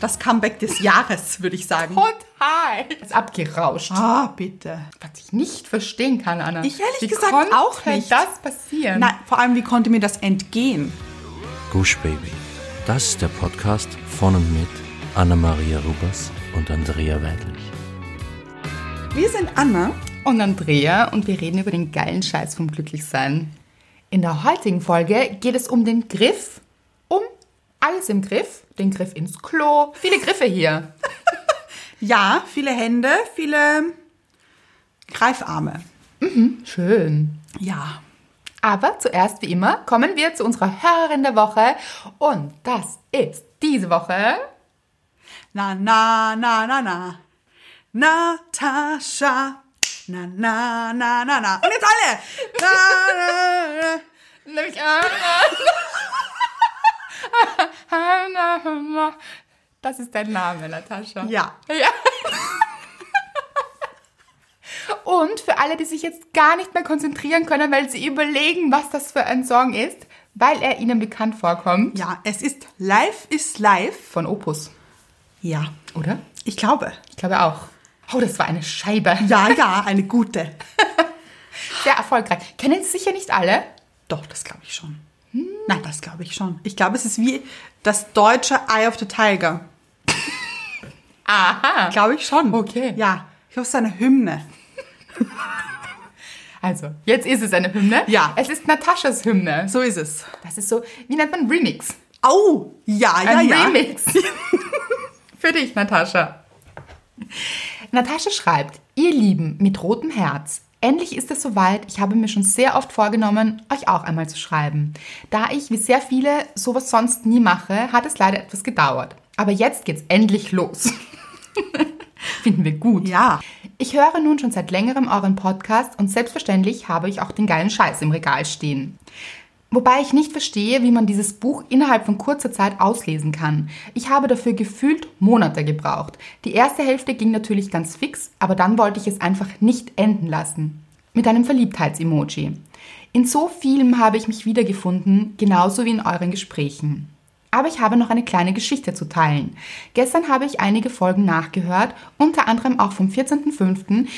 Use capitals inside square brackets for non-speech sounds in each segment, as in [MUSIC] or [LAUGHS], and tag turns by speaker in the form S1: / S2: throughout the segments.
S1: Das Comeback des Jahres, würde ich sagen.
S2: Total. Ist abgerauscht.
S1: Ah, bitte.
S2: Was ich nicht verstehen kann, Anna.
S1: Ich ehrlich
S2: Wie
S1: gesagt
S2: konnte
S1: auch nicht.
S2: das passieren?
S1: Nein, vor allem, wie konnte mir das entgehen?
S3: Gush Baby. Das ist der Podcast von und mit Anna-Maria Rubers und Andrea Weidlich.
S1: Wir sind Anna.
S2: Und Andrea und wir reden über den geilen Scheiß vom Glücklichsein. In der heutigen Folge geht es um den Griff, um alles im Griff, den Griff ins Klo, viele Griffe hier.
S1: Ja, viele Hände, viele Greifarme.
S2: Schön.
S1: Ja.
S2: Aber zuerst, wie immer, kommen wir zu unserer Hörerin der Woche. Und das ist diese Woche.
S1: Na, na, na, na, na. Natascha. Na, na, na, na, na. Und jetzt alle. Na, na, na.
S2: Nämlich [LAUGHS] Anna. Das ist dein Name, Natascha.
S1: Ja.
S2: Und für alle, die sich jetzt gar nicht mehr konzentrieren können, weil sie überlegen, was das für ein Song ist, weil er ihnen bekannt vorkommt.
S1: Ja, es ist live ist live.
S2: Von Opus,
S1: Ja.
S2: oder?
S1: Ich glaube.
S2: Ich glaube auch. Oh, das war eine Scheibe.
S1: Ja, ja, eine gute.
S2: Sehr erfolgreich. Kennen Sie sicher nicht alle?
S1: Doch, das glaube ich schon. Nein, das glaube ich schon. Ich glaube, es ist wie das deutsche Eye of the Tiger.
S2: [LAUGHS] Aha.
S1: Glaube ich schon.
S2: Okay.
S1: Ja. Ich hoffe, es ist eine Hymne.
S2: Also, jetzt ist es eine Hymne.
S1: Ja.
S2: Es ist Nataschas Hymne.
S1: So ist es.
S2: Das ist so, wie nennt man Remix?
S1: Au! ja, ja,
S2: Ein
S1: ja.
S2: Remix. Für dich, Natascha. Natascha schreibt, ihr Lieben mit rotem Herz. Endlich ist es soweit, ich habe mir schon sehr oft vorgenommen, euch auch einmal zu schreiben. Da ich, wie sehr viele, sowas sonst nie mache, hat es leider etwas gedauert. Aber jetzt geht's endlich los. [LAUGHS] Finden wir gut.
S1: Ja.
S2: Ich höre nun schon seit längerem euren Podcast und selbstverständlich habe ich auch den geilen Scheiß im Regal stehen. Wobei ich nicht verstehe, wie man dieses Buch innerhalb von kurzer Zeit auslesen kann. Ich habe dafür gefühlt Monate gebraucht. Die erste Hälfte ging natürlich ganz fix, aber dann wollte ich es einfach nicht enden lassen. Mit einem Verliebtheits-Emoji. In so vielem habe ich mich wiedergefunden, genauso wie in euren Gesprächen. Aber ich habe noch eine kleine Geschichte zu teilen. Gestern habe ich einige Folgen nachgehört, unter anderem auch vom 14.05.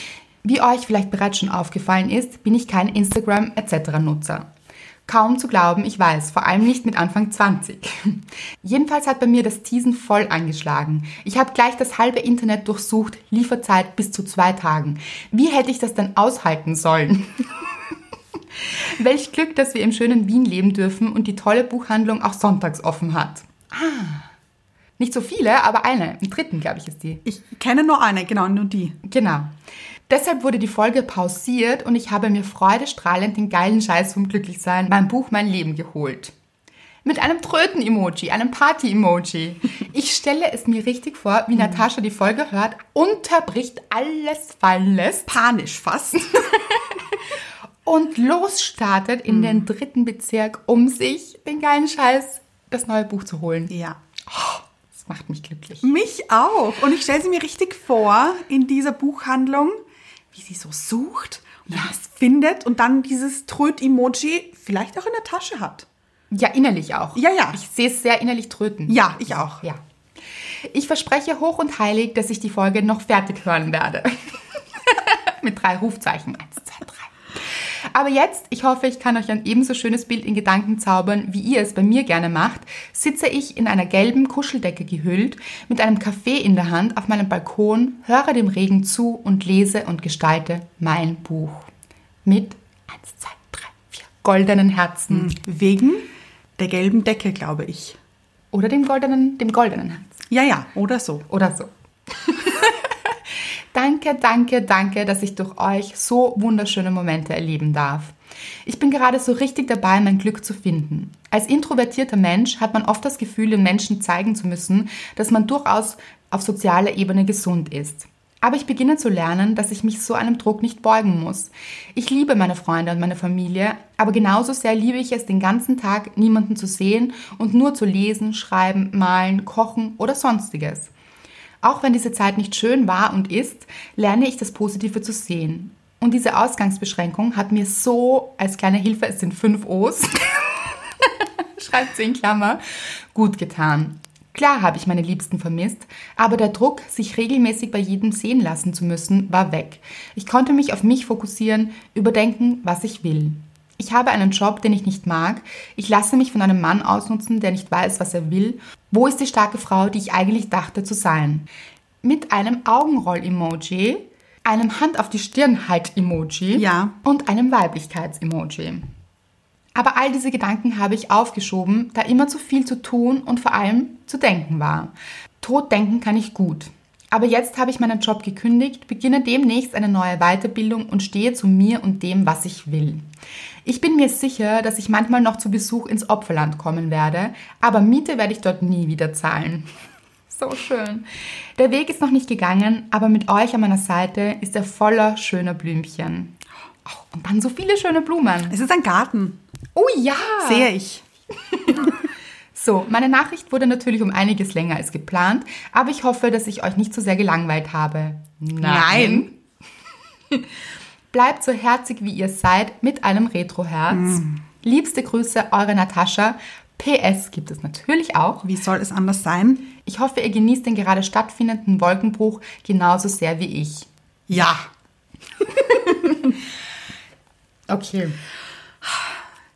S2: Wie euch vielleicht bereits schon aufgefallen ist, bin ich kein Instagram etc. Nutzer. Kaum zu glauben, ich weiß, vor allem nicht mit Anfang 20. [LAUGHS] Jedenfalls hat bei mir das Teasen voll angeschlagen. Ich habe gleich das halbe Internet durchsucht, Lieferzeit bis zu zwei Tagen. Wie hätte ich das denn aushalten sollen? [LAUGHS] Welch Glück, dass wir im schönen Wien leben dürfen und die tolle Buchhandlung auch sonntags offen hat. Ah. Nicht so viele, aber eine. Im dritten, glaube ich, ist die.
S1: Ich kenne nur eine, genau, nur die.
S2: Genau. Deshalb wurde die Folge pausiert und ich habe mir freudestrahlend den geilen Scheiß vom Glücklichsein, mein Buch, mein Leben geholt. Mit einem Tröten-Emoji, einem Party-Emoji. Ich stelle es mir richtig vor, wie Natascha die Folge hört, unterbricht, alles fallen lässt
S1: Panisch
S2: [LAUGHS]
S1: fast.
S2: und losstartet in den dritten Bezirk, um sich den geilen Scheiß, das neue Buch zu holen.
S1: ja.
S2: Das macht mich glücklich.
S1: Mich auch. Und ich stelle sie mir richtig vor in dieser Buchhandlung, wie sie so sucht und dann was findet und dann dieses Tröt-Emoji vielleicht auch in der Tasche hat.
S2: Ja, innerlich auch.
S1: Ja, ja.
S2: Ich sehe es sehr innerlich tröten.
S1: Ja, ich auch.
S2: Ja. Ich verspreche hoch und heilig, dass ich die Folge noch fertig hören werde. [LAUGHS] Mit drei Rufzeichen. Eins, zwei, drei. Aber jetzt, ich hoffe, ich kann euch ein ebenso schönes Bild in Gedanken zaubern, wie ihr es bei mir gerne macht, sitze ich in einer gelben Kuscheldecke gehüllt, mit einem Kaffee in der Hand auf meinem Balkon, höre dem Regen zu und lese und gestalte mein Buch. Mit eins, zwei, drei, vier goldenen Herzen.
S1: Wegen der gelben Decke, glaube ich.
S2: Oder dem goldenen, dem goldenen Herzen.
S1: Ja, ja, oder so.
S2: oder so. [LAUGHS] danke, danke, danke, dass ich durch euch so wunderschöne Momente erleben darf. Ich bin gerade so richtig dabei, mein Glück zu finden. Als introvertierter Mensch hat man oft das Gefühl, den Menschen zeigen zu müssen, dass man durchaus auf sozialer Ebene gesund ist. Aber ich beginne zu lernen, dass ich mich so einem Druck nicht beugen muss. Ich liebe meine Freunde und meine Familie, aber genauso sehr liebe ich es, den ganzen Tag niemanden zu sehen und nur zu lesen, schreiben, malen, kochen oder sonstiges. Auch wenn diese Zeit nicht schön war und ist, lerne ich das Positive zu sehen. Und diese Ausgangsbeschränkung hat mir so, als kleine Hilfe, [LAUGHS] es sind fünf O's, schreibt sie in Klammer, gut getan. Klar habe ich meine Liebsten vermisst, aber der Druck, sich regelmäßig bei jedem sehen lassen zu müssen, war weg. Ich konnte mich auf mich fokussieren, überdenken, was ich will. Ich habe einen Job, den ich nicht mag. Ich lasse mich von einem Mann ausnutzen, der nicht weiß, was er will. Wo ist die starke Frau, die ich eigentlich dachte zu sein? Mit einem Augenroll-Emoji, einem Hand auf die Stirn halt-Emoji
S1: Ja.
S2: und einem Weiblichkeits-Emoji. Aber all diese Gedanken habe ich aufgeschoben, da immer zu viel zu tun und vor allem zu denken war. Tot denken kann ich gut. Aber jetzt habe ich meinen Job gekündigt, beginne demnächst eine neue Weiterbildung und stehe zu mir und dem, was ich will. Ich bin mir sicher, dass ich manchmal noch zu Besuch ins Opferland kommen werde, aber Miete werde ich dort nie wieder zahlen. [LAUGHS] So schön. Der Weg ist noch nicht gegangen, aber mit euch an meiner Seite ist er voller schöner Blümchen. Oh, Und dann so viele schöne Blumen.
S1: Es ist ein Garten,
S2: Oh ja!
S1: sehe ich.
S2: So, meine Nachricht wurde natürlich um einiges länger als geplant, aber ich hoffe, dass ich euch nicht zu sehr gelangweilt habe.
S1: Nein.
S2: [LAUGHS] Bleibt so herzig, wie ihr seid, mit einem Retroherz.
S1: Mm.
S2: Liebste Grüße, eure Natascha. PS gibt es natürlich auch.
S1: Wie soll es anders sein?
S2: Ich hoffe, ihr genießt den gerade stattfindenden Wolkenbruch genauso sehr wie ich.
S1: Ja.
S2: Okay.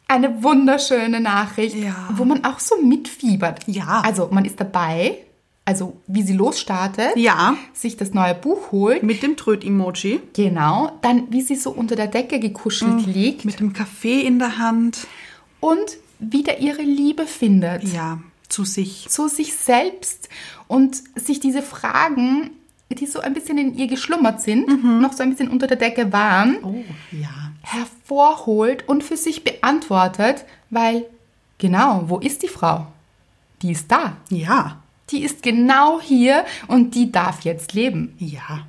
S2: Eine wunderschöne Nachricht,
S1: Ja.
S2: wo man auch so mitfiebert.
S1: Ja.
S2: Also man ist dabei, also wie sie losstartet,
S1: Ja.
S2: sich das neue Buch holt,
S1: Mit dem Tröd-Emoji,
S2: genau, dann wie sie so unter der Decke gekuschelt liegt
S1: Mhm. mit dem Kaffee in der Hand.
S2: und wieder ihre Liebe findet.
S1: Ja, zu sich.
S2: zu sich selbst und sich diese Fragen, die so ein bisschen in ihr geschlummert sind,
S1: Mhm.
S2: noch so ein bisschen unter der Decke waren,
S1: Oh, ja.
S2: hervorholt und für sich beantwortet, weil genau, wo ist die Frau? Die ist da.
S1: Ja.
S2: Die ist genau hier und die darf jetzt leben,
S1: Ja.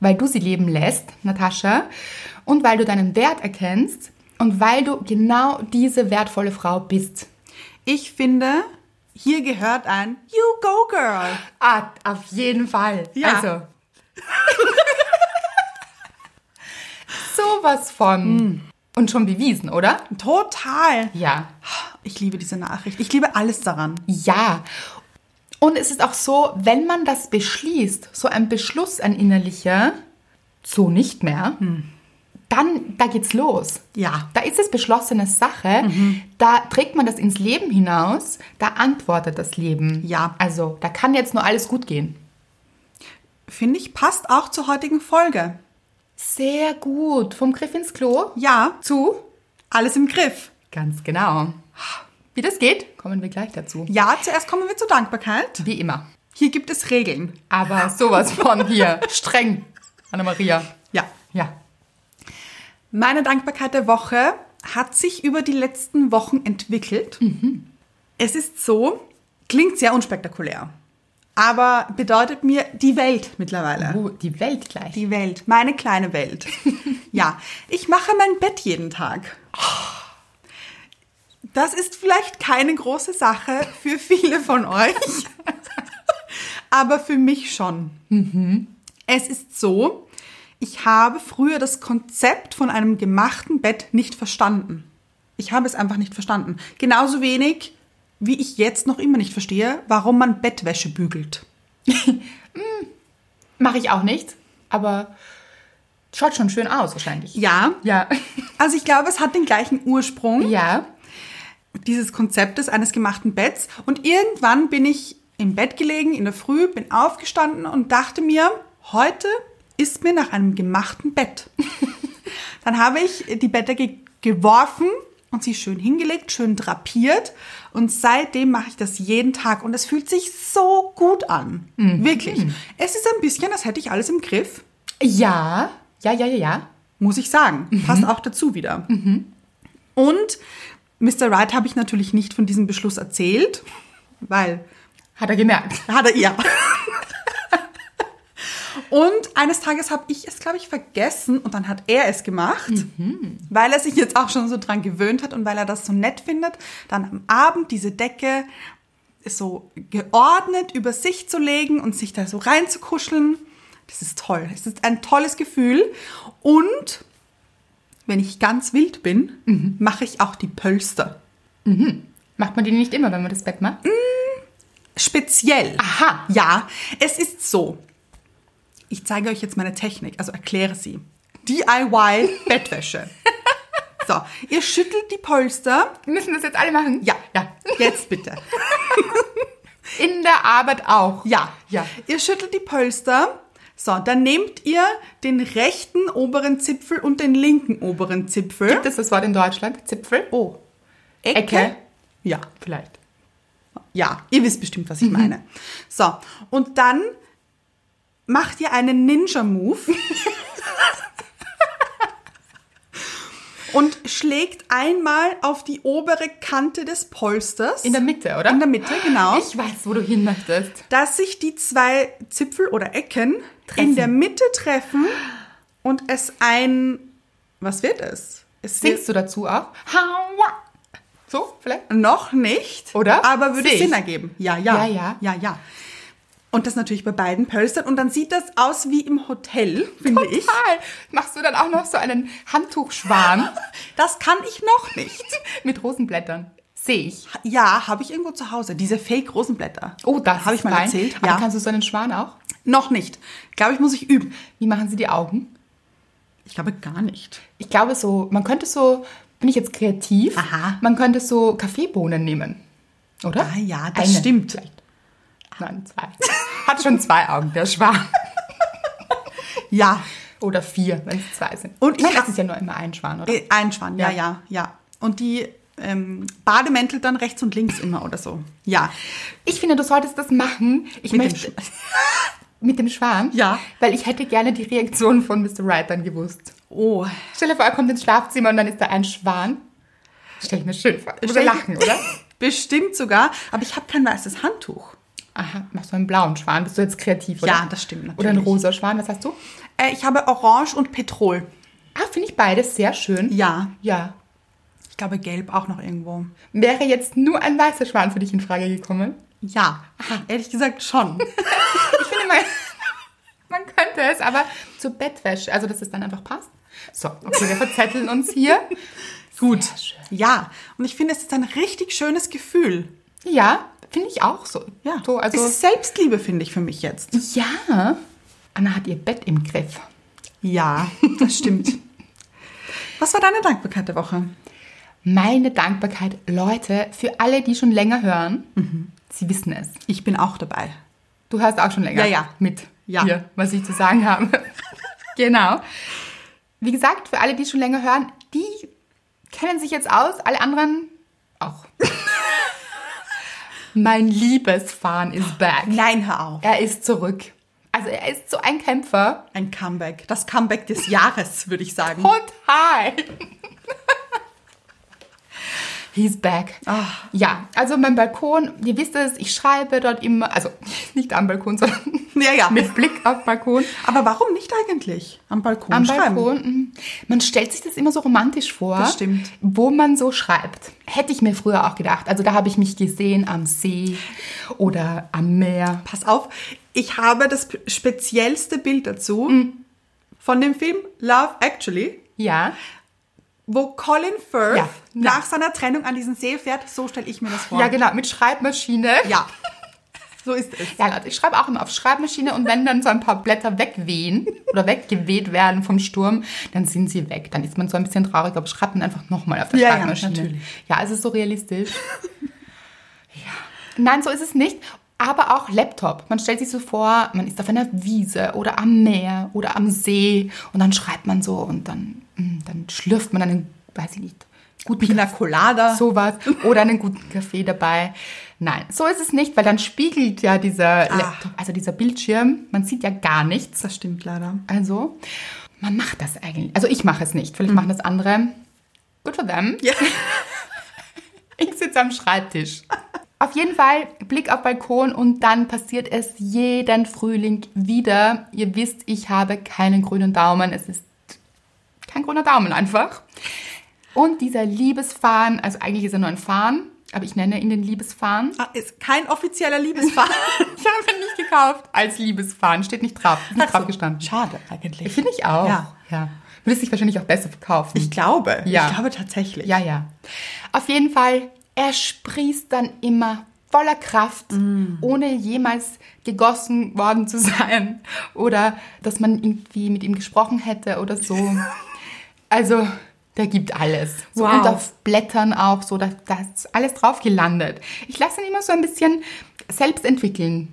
S2: weil du sie leben lässt, Natascha, und weil du deinen Wert erkennst und weil du genau diese wertvolle Frau bist.
S1: Ich finde, hier gehört ein You Go Girl.
S2: Ah, auf jeden Fall.
S1: Ja.
S2: Also. [LAUGHS] Sowas von. Und schon bewiesen, oder?
S1: Total.
S2: Hm. Ja.
S1: Ich liebe diese Nachricht. Ich liebe alles daran.
S2: Ja. Und es ist auch so, wenn man das beschließt, so ein Beschluss, ein innerlicher, so nicht mehr, dann, da geht's los.
S1: Hm. Ja. Mhm.
S2: Da ist es beschlossene Sache, da trägt man das ins Leben hinaus, da antwortet das Leben.
S1: Ja.
S2: Also, da kann jetzt nur alles gut gehen.
S1: Finde ich, passt auch zur heutigen Folge.
S2: Sehr gut. Vom Griff ins Klo
S1: Ja,
S2: zu?
S1: alles im Griff.
S2: Ganz genau. Wie das geht, kommen wir gleich dazu.
S1: Ja, zuerst kommen wir zur Dankbarkeit.
S2: Wie immer.
S1: Hier gibt es Regeln. [LAUGHS]
S2: Aber sowas von hier. Streng. Anna-Maria.
S1: Ja.
S2: Ja.
S1: Meine Dankbarkeit der Woche hat sich über die letzten Wochen entwickelt. Es ist so, klingt sehr unspektakulär, aber bedeutet mir die Welt mittlerweile.
S2: Oh, die Welt gleich.
S1: Die Welt, meine kleine Welt. ja, ich mache mein Bett jeden Tag. Das ist vielleicht keine große Sache für viele von euch, aber für mich schon. Es ist so, ich habe früher das Konzept von einem gemachten Bett nicht verstanden. Ich habe es einfach nicht verstanden. Genauso wenig, wie ich jetzt noch immer nicht verstehe, warum man Bettwäsche bügelt.
S2: Mache ich auch nicht, aber schaut schon schön aus wahrscheinlich.
S1: Ja,
S2: Ja.
S1: also ich glaube, es hat den gleichen Ursprung.
S2: Ja. [LAUGHS]
S1: dieses Konzeptes eines gemachten Betts. Und irgendwann bin ich im Bett gelegen, in der Früh, bin aufgestanden und dachte mir, heute ist mir nach einem gemachten Bett. Dann habe ich die Bettdecke geworfen und sie schön hingelegt, schön drapiert. Und seitdem mache ich das jeden Tag. Und es fühlt sich so gut an. Wirklich. Es ist ein bisschen, als hätte ich alles im Griff.
S2: Ja. Ja, ja, ja, ja.
S1: Muss ich sagen. Passt auch dazu wieder. Und Mr. Wright habe ich natürlich nicht von diesem Beschluss erzählt, weil
S2: Hat er gemerkt.
S1: hat er ja. [LAUGHS] Und eines Tages habe ich es, glaube ich, vergessen und dann hat er es gemacht, weil er sich jetzt auch schon so dran gewöhnt hat und weil er das so nett findet, dann am Abend diese Decke so geordnet über sich zu legen und sich da so reinzukuscheln. Das ist toll. Es ist ein tolles Gefühl. Und wenn ich ganz wild bin, mache ich auch die Pölster. Mhm.
S2: Macht man die nicht immer, wenn man das Bett macht?
S1: speziell.
S2: Aha.
S1: Ja, es ist so. Ich zeige euch jetzt meine Technik, also erkläre sie. DIY
S2: [LAUGHS]
S1: Bettwäsche. so, ihr schüttelt die Polster.
S2: Wir müssen das jetzt alle machen?
S1: Ja,
S2: Ja.
S1: jetzt bitte.
S2: In der Arbeit auch.
S1: Ja,
S2: [LAUGHS] Ja.
S1: Ah. Ihr schüttelt die Polster. So, dann nehmt ihr den rechten oberen Zipfel und den linken oberen Zipfel.
S2: Gibt es das Wort in Deutschland? Zipfel?
S1: Oh. Ecke?
S2: Ecke?
S1: Ja.
S2: Vielleicht.
S1: Ja, ihr wisst bestimmt, was ich
S2: Mhm.
S1: meine. So, und dann macht ihr einen Ninja-Move
S2: [LAUGHS]
S1: und schlägt einmal auf die obere Kante des Polsters.
S2: In der Mitte, oder?
S1: In der Mitte, genau.
S2: Ich weiß, wo du hin möchtest.
S1: dass sich die zwei Zipfel oder Ecken in der Mitte treffen und es ein... Was wird es? es wird-
S2: Singst du dazu auch? Haua. So, vielleicht?
S1: Noch nicht.
S2: Oder?
S1: Aber würde
S2: Sehe ich.
S1: Sinn ergeben. Ja, ja.
S2: Ja, ja.
S1: Ja, ja. Und das natürlich bei beiden Pölstern. Und dann sieht das aus wie im Hotel, finde ich.
S2: Total. Machst du dann auch noch so einen
S1: [LAUGHS]
S2: Handtuchschwarm
S1: Das kann ich noch nicht. [LAUGHS]
S2: mit Rosenblättern? Sehe ich.
S1: Ja, habe ich irgendwo zu Hause. Diese fake Rosenblätter.
S2: Oh, das
S1: habe
S2: ist
S1: ich mal
S2: fein.
S1: erzählt.
S2: Aber
S1: Ja.
S2: kannst du so einen Schwan auch?
S1: Noch nicht. Glaube ich, muss ich üben.
S2: Wie machen sie die Augen?
S1: Ich glaube gar nicht.
S2: Ich glaube so, man könnte so, bin ich jetzt kreativ?
S1: Aha.
S2: Man könnte so Kaffeebohnen nehmen, oder?
S1: Ah ja, das stimmt.
S2: Vielleicht. Nein, zwei. [LAUGHS] Hat schon zwei Augen, der Schwan.
S1: Ja,
S2: Oder vier, wenn es zwei sind.
S1: Und ich
S2: Nein,
S1: hab-
S2: das ist ja nur immer ein Schwan, oder?
S1: äh, ein Schwan. Ja,
S2: Ja.
S1: ja, ja. Und die ähm, Bademäntel dann rechts und links immer oder so. Ja.
S2: Ich finde, du solltest das machen. Ich
S1: Mit dem
S2: möchte mit dem Schwan.
S1: Ja.
S2: Weil ich hätte gerne die Reaktion von Mr. Wright dann gewusst.
S1: Oh,
S2: Stell dir vor, er kommt ins Schlafzimmer und dann ist da ein Schwan. Stell ich mir schön vor. Oder
S1: Stell-
S2: lachen, oder?
S1: bestimmt sogar. Aber ich habe kein weißes Handtuch.
S2: Aha, machst du einen blauen Schwan? Bist du jetzt kreativ, oder?
S1: Ja, das stimmt natürlich.
S2: Oder einen rosa Schwan, was hast du?
S1: Äh, ich habe Orange und Petrol.
S2: Ah, finde ich beides sehr schön.
S1: Ja.
S2: Ja.
S1: Ich glaube, Gelb auch noch irgendwo.
S2: Wäre jetzt nur ein weißer Schwan für dich in Frage gekommen?
S1: Ja, ehrlich gesagt [LAUGHS] schon.
S2: Ich finde, man, [LAUGHS] man könnte es, aber zur Bettwäsche, also dass es dann einfach passt. So, okay, wir verzetteln uns
S1: [LAUGHS]
S2: hier.
S1: Gut.
S2: Sehr schön.
S1: Ja, und ich finde, es ist ein richtig schönes Gefühl.
S2: Ja, finde ich auch so.
S1: Ja,
S2: so also,
S1: es ist Selbstliebe, finde ich, für mich jetzt.
S2: ja, Anna hat ihr Bett im Griff.
S1: Ja, das [LAUGHS] stimmt. Was war deine Dankbarkeit der Woche?
S2: Meine Dankbarkeit, Leute, für alle, die schon länger hören,
S1: Mhm.
S2: sie wissen es.
S1: Ich bin auch dabei.
S2: Du hörst auch schon länger
S1: Ja, ja.
S2: mit
S1: Ja.
S2: hier, was ich zu sagen habe. [LAUGHS] genau. Wie gesagt, für alle, die schon länger hören, die kennen sich jetzt aus, alle anderen
S1: [LAUGHS]
S2: auch. mein Liebesfahren ist back.
S1: Nein, hör auf.
S2: Er ist zurück. Also er ist so ein Kämpfer.
S1: Ein Comeback. Das Comeback [LAUGHS] des Jahres, würde ich sagen.
S2: Und hi. [LAUGHS] He's back.
S1: Ah.
S2: Ja, also mein Balkon, ihr wisst es, ich schreibe dort immer, also [LAUGHS] nicht am Balkon, sondern [LAUGHS]
S1: Ja, ja.
S2: mit Blick auf Balkon.
S1: Aber warum nicht eigentlich? Am Balkon
S2: Am
S1: schreiben.
S2: Balkon. mhm. Man stellt sich das immer so romantisch vor,
S1: Das stimmt.
S2: wo man so schreibt. Hätte ich mir früher auch gedacht. Also da habe ich mich gesehen am See oder am Meer.
S1: Pass auf, ich habe das speziellste Bild dazu von dem Film Love Actually.
S2: Ja.
S1: wo Colin Firth
S2: Ja.
S1: nach seiner Trennung an diesen See fährt. So stelle ich mir das vor.
S2: Ja, genau, mit Schreibmaschine.
S1: Ja. so ist es.
S2: Ja, Leute, ich schreibe auch immer auf Schreibmaschine und wenn dann so ein paar Blätter wegwehen oder weggeweht werden vom Sturm, dann sind sie weg. Dann ist man so ein bisschen traurig, aber schreibt man einfach nochmal auf der
S1: Ja, ja,
S2: Schreibmaschine.
S1: natürlich.
S2: Ja, es ist so realistisch. ja. Nein, so ist es nicht. Aber auch Laptop. Man stellt sich so vor, man ist auf einer Wiese oder am Meer oder am See und dann schreibt man so und dann, mm, dann schlürft man einen, weiß ich nicht, guten
S1: Pina Colada.
S2: sowas oder einen guten Kaffee dabei. Nein, so ist es nicht, weil dann spiegelt ja dieser
S1: Ah.
S2: Laptop, also dieser Bildschirm, man sieht ja gar nichts.
S1: Das stimmt leider.
S2: Also, man macht das eigentlich. Also, ich mache es nicht.
S1: Mhm.
S2: Vielleicht machen das andere. Good for them.
S1: Ja.
S2: Ich sitze am Schreibtisch. Auf jeden Fall Blick auf Balkon und dann passiert es jeden Frühling wieder. Ihr wisst, ich habe keinen grünen Daumen. Es ist kein grüner Daumen einfach. Und dieser Liebesfahnen, also eigentlich ist er nur ein Fahnen, aber ich nenne ihn den Liebesfahnen.
S1: Ah, ist kein offizieller [LAUGHS] Liebesfahrt.
S2: Ich habe ihn nicht gekauft als Liebesfahnen. Steht nicht drauf. Ist nicht drauf gestanden.
S1: Also, Schade eigentlich.
S2: Finde ich auch.
S1: Ja.
S2: ja. Würdest dich wahrscheinlich auch besser verkaufen.
S1: Ich glaube.
S2: Ja.
S1: Ich glaube tatsächlich.
S2: ja, ja. Auf jeden Fall, er sprießt dann immer voller Kraft,
S1: Mm.
S2: ohne jemals gegossen worden zu sein oder dass man irgendwie mit ihm gesprochen hätte oder so.
S1: [LAUGHS]
S2: Also, der gibt alles. So,
S1: Wow.
S2: Und auf Blättern auch so, da, da ist alles drauf gelandet. Ich lasse ihn immer so ein bisschen
S1: [LAUGHS]
S2: selbst entwickeln.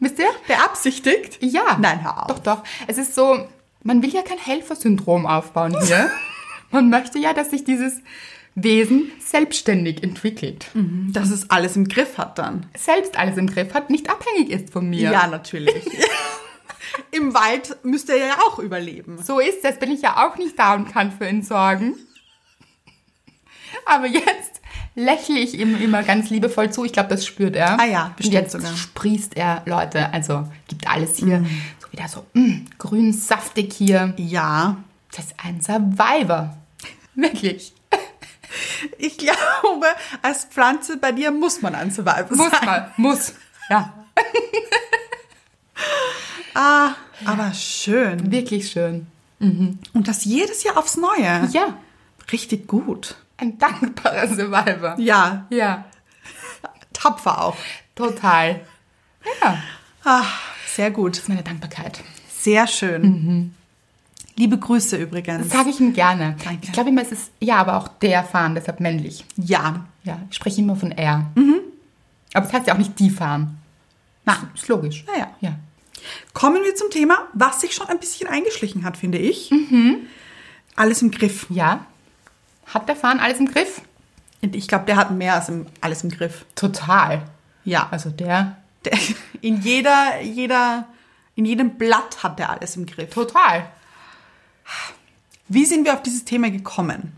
S2: Wisst ihr?
S1: Beabsichtigt?
S2: Ja.
S1: Nein, hör auf.
S2: Doch, doch. Es ist so, man will ja kein Helfersyndrom aufbauen
S1: [LAUGHS]
S2: hier. man möchte ja, dass sich dieses Wesen selbstständig entwickelt.
S1: Dass es alles im Griff hat dann.
S2: Selbst alles im Griff hat, nicht abhängig ist von mir.
S1: [LAUGHS] natürlich. Im Wald müsste er ja auch überleben.
S2: So ist es, bin ich ja auch nicht da und kann für ihn sorgen. Aber jetzt lächle ich ihm immer ganz liebevoll zu. Ich glaube, das spürt er.
S1: Ah ja,
S2: und
S1: bestimmt
S2: jetzt
S1: sogar. Mhm.
S2: sprießt er, Leute, also gibt alles hier. So wieder so mm, grün, saftig hier.
S1: Ja.
S2: Das ist ein Survivor. Wirklich.
S1: Ich glaube, als Pflanze bei dir muss man ein Survivor
S2: Muss
S1: sein.
S2: mal, muss. Ja,
S1: Ah, aber schön.
S2: wirklich schön.
S1: Und das jedes Jahr aufs Neue.
S2: Ja,
S1: Richtig gut.
S2: ein dankbarer Survivor.
S1: Ja,
S2: Ja,
S1: tapfer auch.
S2: total. Ja,
S1: Ah, sehr gut.
S2: das ist meine Dankbarkeit.
S1: Sehr schön.
S2: Mhm.
S1: Liebe Grüße übrigens.
S2: Sage ich ihm gerne.
S1: Danke.
S2: Ich glaube immer, es ist ja, aber auch der Farn, deshalb männlich.
S1: Ja.
S2: Ja, ich spreche immer von er. Aber es heißt ja auch nicht die Farn.
S1: Na,
S2: Ist logisch.
S1: Na ja.
S2: ja.
S1: kommen wir zum Thema, was sich schon ein bisschen eingeschlichen hat, finde ich.
S2: Mhm.
S1: Alles im Griff.
S2: Ja. Hat der Farn alles im Griff?
S1: Und ich glaube, der hat mehr als im, alles im Griff.
S2: Total.
S1: Ja.
S2: Also der.
S1: Der, in jeder, jeder, in jedem Blatt hat er alles im Griff.
S2: Total.
S1: Wie sind wir auf dieses Thema gekommen?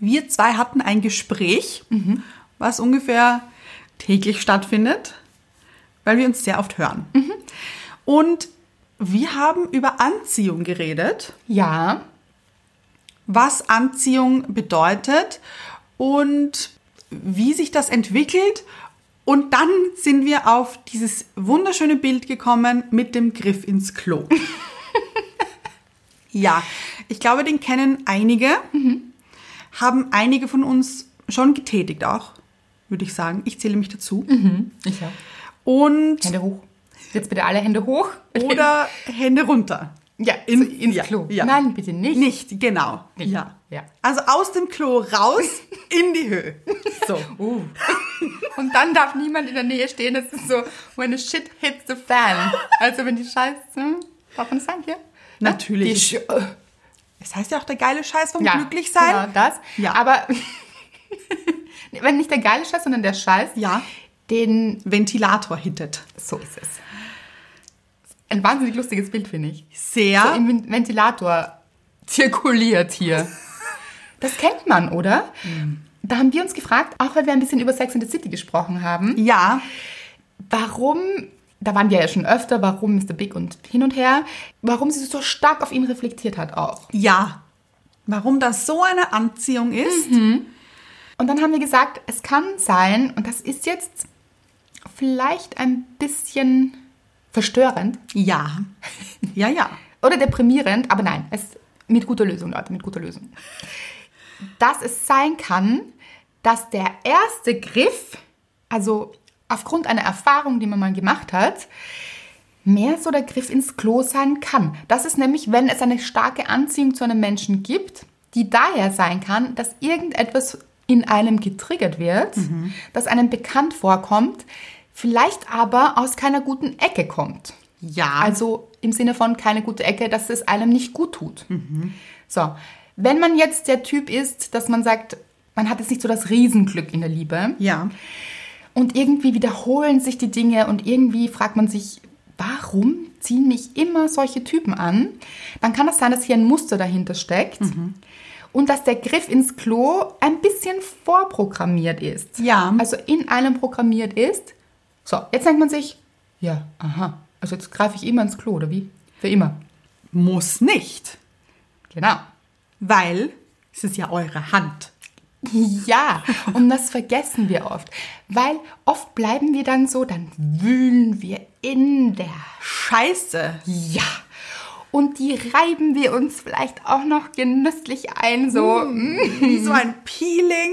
S1: Wir zwei hatten ein Gespräch, was ungefähr täglich stattfindet, weil wir uns sehr oft hören. Und wir haben über Anziehung geredet,
S2: Ja.
S1: was Anziehung bedeutet und wie sich das entwickelt. Und dann sind wir auf dieses wunderschöne Bild gekommen mit dem Griff ins Klo. ja, ich glaube, den kennen einige, haben einige von uns schon getätigt auch, würde ich sagen. Ich zähle mich dazu.
S2: Ich auch.
S1: Und
S2: Hände hoch. Jetzt bitte alle Hände [LAUGHS] hoch.
S1: oder Hände runter.
S2: Ja,
S1: In-
S2: in, ins
S1: ja,
S2: Klo.
S1: ja.
S2: Nein, bitte nicht.
S1: Nicht, genau.
S2: Nicht.
S1: Ja.
S2: Ja.
S1: Also aus dem Klo raus
S2: [LAUGHS]
S1: in die Höhe. [LAUGHS] Oh, So.
S2: Uh. Und dann darf niemand in der Nähe stehen. Das ist so, when the shit hits the fan. Also wenn die Scheiße, darf man das sagen hier?
S1: Natürlich. Äh.
S2: Die Sch-
S1: Es heißt ja auch der geile Scheiß vom
S2: ja,
S1: glücklich sein.
S2: Genau, das.
S1: Ja.
S2: Aber [LAUGHS] wenn nicht der geile Scheiß, sondern der Scheiß,
S1: Ja.
S2: den,
S1: Ventilator hittet.
S2: so ist es. Ein wahnsinnig lustiges Bild, finde ich.
S1: Sehr.
S2: Im Ven- Ventilator zirkuliert hier. Das kennt man, oder? Da haben wir uns gefragt, auch weil wir ein bisschen über Sex in the City gesprochen haben,
S1: ja,
S2: warum, da waren wir ja schon öfter, warum Mr. Big und hin und her, warum sie so stark auf ihn reflektiert hat auch.
S1: ja. Warum das so eine Anziehung ist?
S2: Mhm. Und dann haben wir gesagt, es kann sein, und das ist jetzt vielleicht ein bisschen verstörend
S1: Ja. Ja, ja.
S2: oder deprimierend, aber nein, es mit guter Lösung, Leute, mit guter Lösung. Dass es sein kann, dass der erste Griff, also aufgrund einer Erfahrung, die man mal gemacht hat, mehr so der Griff ins Klo sein kann. Das ist nämlich, wenn es eine starke Anziehung zu einem Menschen gibt, die daher sein kann, dass irgendetwas in einem getriggert wird, das einem bekannt vorkommt, vielleicht aber aus keiner guten Ecke kommt.
S1: Ja.
S2: Also im Sinne von keine gute Ecke, dass es einem nicht gut tut. So, wenn man jetzt der Typ ist, dass man sagt, man hat jetzt nicht so das Riesenglück in der Liebe
S1: ja.
S2: und irgendwie wiederholen sich die Dinge und irgendwie fragt man sich, warum ziehen mich immer solche Typen an? Dann kann das sein, dass hier ein Muster dahinter steckt und dass der Griff ins Klo ein bisschen vorprogrammiert ist.
S1: Ja.
S2: Also in einem programmiert ist. So, jetzt denkt man sich, ja, aha, also jetzt greife ich immer ins Klo oder wie? Für immer.
S1: Muss nicht.
S2: Genau.
S1: Weil es ist ja eure Hand.
S2: Ja, und das vergessen wir oft, weil oft bleiben wir dann so, dann wühlen wir in der
S1: Scheiße.
S2: Ja. Und die reiben wir uns vielleicht auch noch genüsslich ein, so. mm.
S1: Wie so ein Peeling.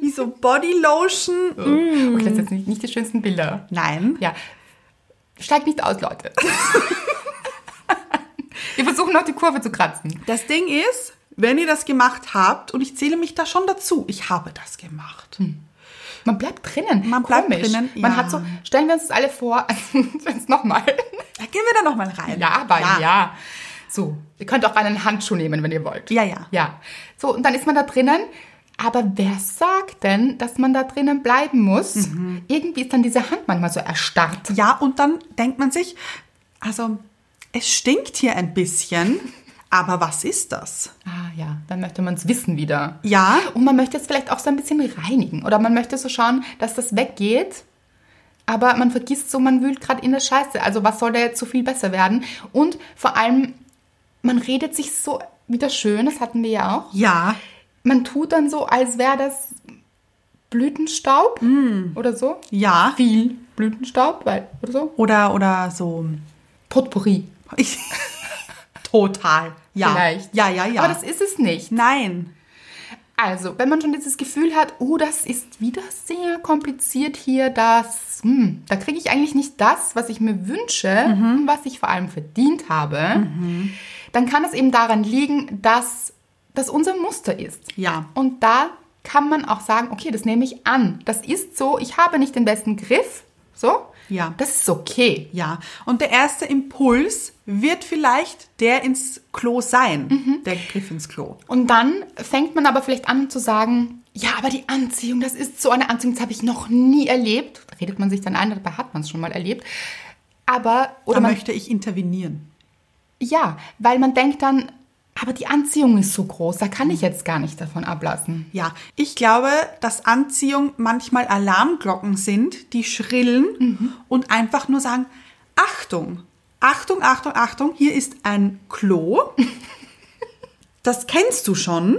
S1: Wie so Bodylotion.
S2: Okay, Mm. Oh, das sind jetzt nicht, nicht die schönsten Bilder.
S1: Nein.
S2: Ja. Steigt nicht
S1: [LAUGHS]
S2: aus, Leute. Wir versuchen noch die Kurve zu kratzen.
S1: Das Ding ist, wenn ihr das gemacht habt, und ich zähle mich da schon dazu, ich habe das gemacht.
S2: Hm. Man bleibt drinnen.
S1: Man bleibt drinnen,
S2: Man
S1: ja.
S2: hat so, stellen wir uns das alle vor, [LAUGHS] jetzt nochmal.
S1: Da gehen wir da nochmal rein.
S2: Ja, aber ja.
S1: ja.
S2: So, ihr könnt auch einen Handschuh nehmen, wenn ihr wollt.
S1: Ja, ja.
S2: Ja. So, und dann ist man da drinnen. Aber wer sagt denn, dass man da drinnen bleiben muss?
S1: Mhm.
S2: Irgendwie ist dann diese Hand manchmal so erstarrt.
S1: Ja, und dann denkt man sich, also es stinkt hier ein bisschen, aber was ist das?
S2: Ah ja, dann möchte man es wissen wieder.
S1: Ja.
S2: Und man möchte es vielleicht auch so ein bisschen reinigen. Oder man möchte so schauen, dass das weggeht. Aber man vergisst so, man wühlt gerade in der Scheiße. Also was soll da jetzt so viel besser werden? Und vor allem, man redet sich so wieder schön, das hatten wir ja auch.
S1: Ja,
S2: Man tut dann so, als wäre das Blütenstaub
S1: Mm.
S2: oder so.
S1: ja.
S2: Viel Blütenstaub, weil, oder so.
S1: Oder, oder so. [LAUGHS]
S2: Potpourri
S1: Ich, total. Ja.
S2: vielleicht.
S1: Ja, ja, ja.
S2: Aber das ist es nicht.
S1: Nein.
S2: Also, wenn man schon dieses Gefühl hat, oh, das ist wieder sehr kompliziert hier, das, hm, da kriege ich eigentlich nicht das, was ich mir wünsche,
S1: Mhm.
S2: und was ich vor allem verdient habe, dann kann es eben daran liegen, dass das unser Muster ist.
S1: Ja.
S2: Und da kann man auch sagen, okay, das nehme ich an. Das ist so, ich habe nicht den besten Griff, so.
S1: Ja.
S2: Das ist okay.
S1: Ja, und der erste Impuls wird vielleicht der ins Klo sein, der Griff ins Klo.
S2: Und dann fängt man aber vielleicht an zu sagen, ja, aber die Anziehung, das ist so eine Anziehung, das habe ich noch nie erlebt. Redet man sich dann ein, dabei hat man es schon mal erlebt. Aber,
S1: Oder
S2: oder man,
S1: möchte ich intervenieren?
S2: ja, weil man denkt dann, aber die Anziehung ist so groß, da kann ich jetzt gar nicht davon ablassen.
S1: Ja, ich glaube, dass Anziehung manchmal Alarmglocken sind, die schrillen und einfach nur sagen, Achtung, Achtung, Achtung, Achtung, hier ist ein Klo. Das kennst du schon.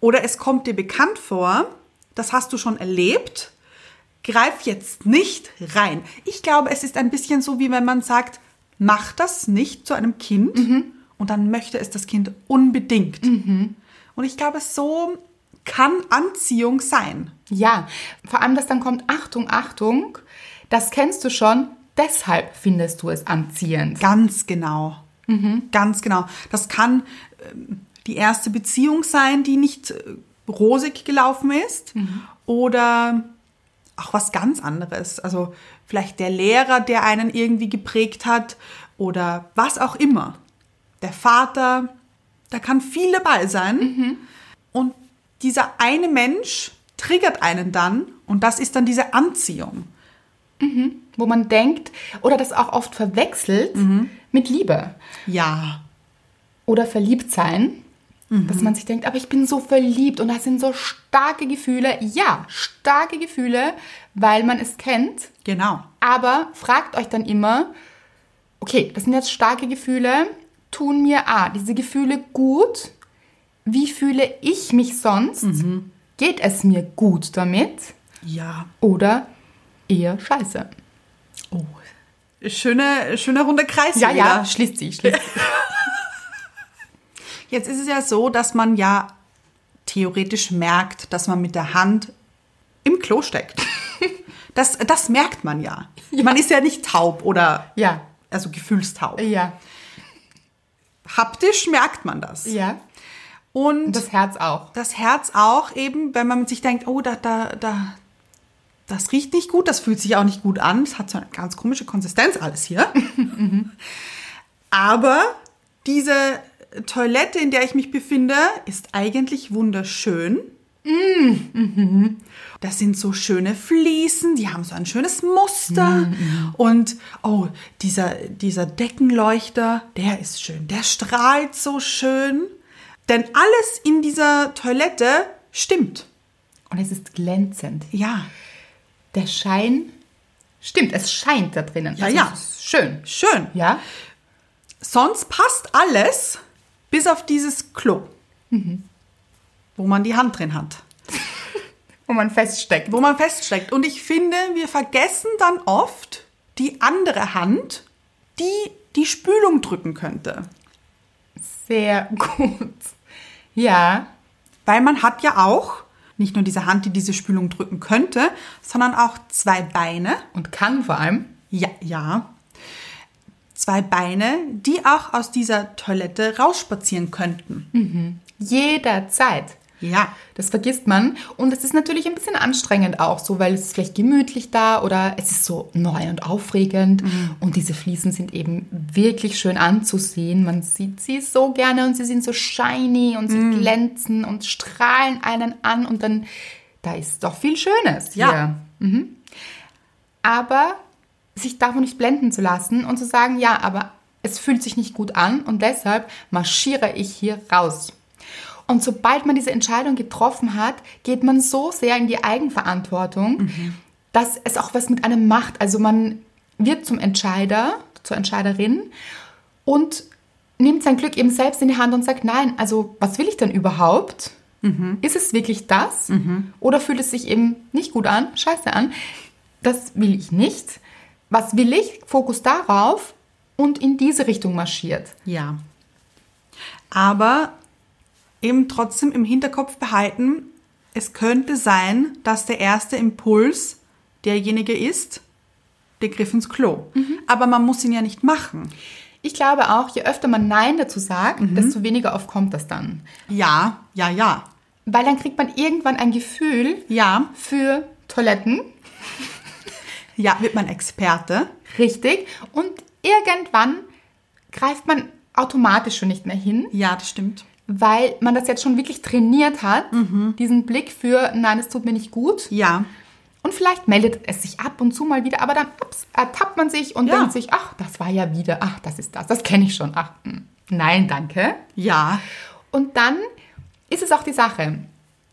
S1: Oder es kommt dir bekannt vor. Das hast du schon erlebt. Greif jetzt nicht rein. Ich glaube, es ist ein bisschen so, wie wenn man sagt, mach das nicht zu einem Kind. Und dann möchte es das Kind unbedingt. Und ich glaube, so kann Anziehung sein.
S2: Ja, vor allem, dass dann kommt, Achtung, Achtung, das kennst du schon, deshalb findest du es anziehend.
S1: Ganz genau. Ganz genau. Das kann ähm, die erste Beziehung sein, die nicht äh, rosig gelaufen ist. Oder auch was ganz anderes. Also vielleicht der Lehrer, der einen irgendwie geprägt hat oder was auch immer. Der Vater, da kann viel dabei sein. Und dieser eine Mensch triggert einen dann und das ist dann diese Anziehung.
S2: Wo man denkt, oder das auch oft verwechselt mit Liebe.
S1: Ja,
S2: oder verliebt sein, dass man sich denkt, aber ich bin so verliebt und das sind so starke Gefühle. Ja, starke Gefühle, weil man es kennt,
S1: genau.
S2: aber fragt euch dann immer, okay, das sind jetzt starke Gefühle, tun mir A, diese Gefühle gut, wie fühle ich mich sonst? Geht es mir gut damit
S1: Ja,
S2: oder eher scheiße?
S1: Oh. Schöne, schöne runde Kreis.
S2: Ja,
S1: wieder.
S2: ja, schließt sie, schließt sie.
S1: Jetzt ist es ja so, dass man ja theoretisch merkt, dass man mit der Hand im Klo
S2: [LAUGHS]
S1: steckt. Das, das merkt man ja. Man ist ja nicht taub oder
S2: Ja,
S1: also gefühlstaub.
S2: ja,
S1: Haptisch merkt man das.
S2: ja.
S1: Und
S2: Und das Herz auch.
S1: das Herz auch eben, wenn man sich denkt, oh, da, da, da, das riecht nicht gut, das fühlt sich auch nicht gut an, es hat so eine ganz komische Konsistenz alles hier. [LAUGHS] Aber diese Toilette, in der ich mich befinde, ist eigentlich wunderschön. Das sind so schöne Fliesen, die haben so ein schönes Muster. Und oh, dieser, dieser Deckenleuchter, der ist schön, der strahlt so schön. Denn alles in dieser Toilette stimmt.
S2: Und es ist glänzend.
S1: Ja,
S2: Der Schein. Stimmt, es scheint da drinnen. Also
S1: Ja, ja.
S2: Es ist schön.
S1: schön.
S2: Ja?
S1: Sonst passt alles, bis auf dieses Klo, wo man die Hand drin hat.
S2: Wo man feststeckt.
S1: wo man feststeckt. Und ich finde, wir vergessen dann oft die andere Hand, die die Spülung drücken könnte.
S2: Sehr [LAUGHS] gut. Ja.
S1: Weil man hat ja auch Nicht nur diese Hand, die diese Spülung drücken könnte, sondern auch zwei Beine.
S2: Und kann vor allem.
S1: Ja, ja. Zwei Beine, die auch aus dieser Toilette rausspazieren könnten.
S2: Jederzeit.
S1: Ja.
S2: Das vergisst man. Und es ist natürlich ein bisschen anstrengend auch so, weil es ist vielleicht gemütlich da oder es ist so neu und aufregend.
S1: Mhm.
S2: Und diese Fliesen sind eben wirklich schön anzusehen. Man sieht sie so gerne und sie sind so shiny und sie
S1: Mhm.
S2: glänzen und strahlen einen an. Und dann, da ist doch viel Schönes.
S1: Ja.
S2: Hier. Mhm. Aber sich davon nicht blenden zu lassen und zu sagen, ja, aber es fühlt sich nicht gut an und deshalb marschiere ich hier raus. Und sobald man diese Entscheidung getroffen hat, geht man so sehr in die Eigenverantwortung, dass es auch was mit einem macht. Also man wird zum Entscheider, zur Entscheiderin und nimmt sein Glück eben selbst in die Hand und sagt, nein, also was will ich denn überhaupt? Ist es wirklich das? Oder fühlt es sich eben nicht gut an, scheiße an? Das will ich nicht. Was will ich? Fokus darauf und in diese Richtung marschiert.
S1: Ja. Aber eben trotzdem im Hinterkopf behalten, es könnte sein, dass der erste Impuls derjenige ist, der Griff ins Klo. Aber man muss ihn ja nicht machen.
S2: Ich glaube auch, je öfter man Nein dazu sagt, desto weniger oft kommt das dann.
S1: Ja, ja, ja.
S2: Weil dann kriegt man irgendwann ein Gefühl
S1: Ja,
S2: für Toiletten,
S1: ja, wird man Experte.
S2: richtig, und irgendwann greift man automatisch schon nicht mehr hin,
S1: Ja, das stimmt.
S2: weil man das jetzt schon wirklich trainiert hat, diesen Blick für Nein, es tut mir nicht gut.
S1: Ja,
S2: Und vielleicht meldet es sich ab und zu mal wieder, aber dann ups, ertappt man sich und
S1: Ja.
S2: denkt sich, ach, das war ja wieder, ach, das ist das, das kenne ich schon, ach, mh, nein, danke.
S1: ja,
S2: Und dann ist es auch die Sache.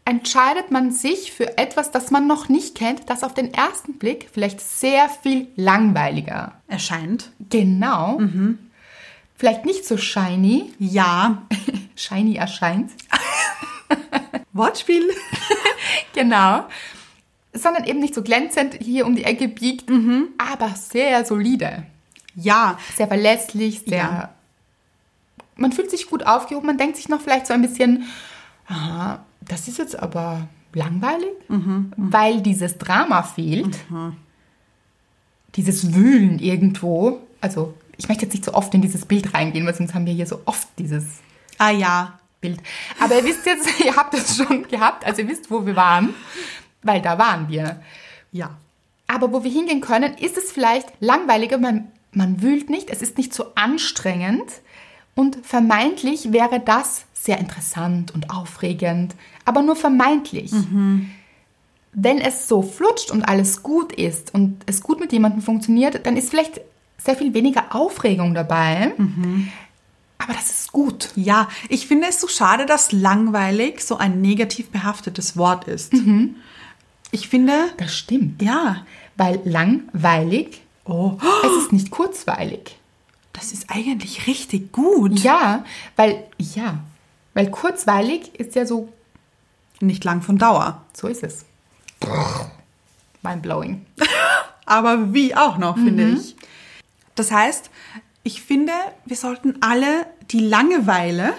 S2: Entscheidet man sich für etwas, das man noch nicht kennt, das auf den ersten Blick vielleicht sehr viel langweiliger.
S1: erscheint.
S2: Genau. Vielleicht nicht so shiny,
S1: Ja,
S2: shiny erscheint.
S1: Wortspiel.
S2: Genau. Sondern eben nicht so glänzend hier um die Ecke biegt, aber sehr solide.
S1: Ja,
S2: sehr verlässlich, sehr.
S1: Ja.
S2: Man fühlt sich gut aufgehoben, man denkt sich noch vielleicht so ein bisschen, aha, das ist jetzt aber langweilig, weil dieses Drama fehlt, dieses Wühlen irgendwo. Also, ich möchte jetzt nicht so oft in dieses Bild reingehen, weil sonst haben wir hier so oft dieses
S1: ah ja,
S2: Bild. Aber ihr wisst jetzt, [LAUGHS] ihr habt es schon gehabt, also ihr wisst, wo wir waren, weil da waren wir.
S1: ja,
S2: Aber wo wir hingehen können, ist es vielleicht langweiliger, man, man wühlt nicht, es ist nicht so anstrengend und vermeintlich wäre das sehr interessant und aufregend, aber nur vermeintlich. Wenn es so flutscht und alles gut ist und es gut mit jemandem funktioniert, dann ist vielleicht sehr viel weniger Aufregung dabei, aber das ist gut.
S1: ja. Ich finde es so schade, dass langweilig so ein negativ behaftetes Wort ist. Ich finde,
S2: Das stimmt,
S1: ja,
S2: weil langweilig,
S1: oh,
S2: es ist nicht kurzweilig.
S1: das ist eigentlich richtig gut.
S2: Ja, weil, ja, weil kurzweilig ist ja so,
S1: Nicht lang von Dauer,
S2: so ist es. Mindblowing.
S1: aber wie auch noch, finde ich. Das heißt, ich finde, wir sollten alle die Langeweile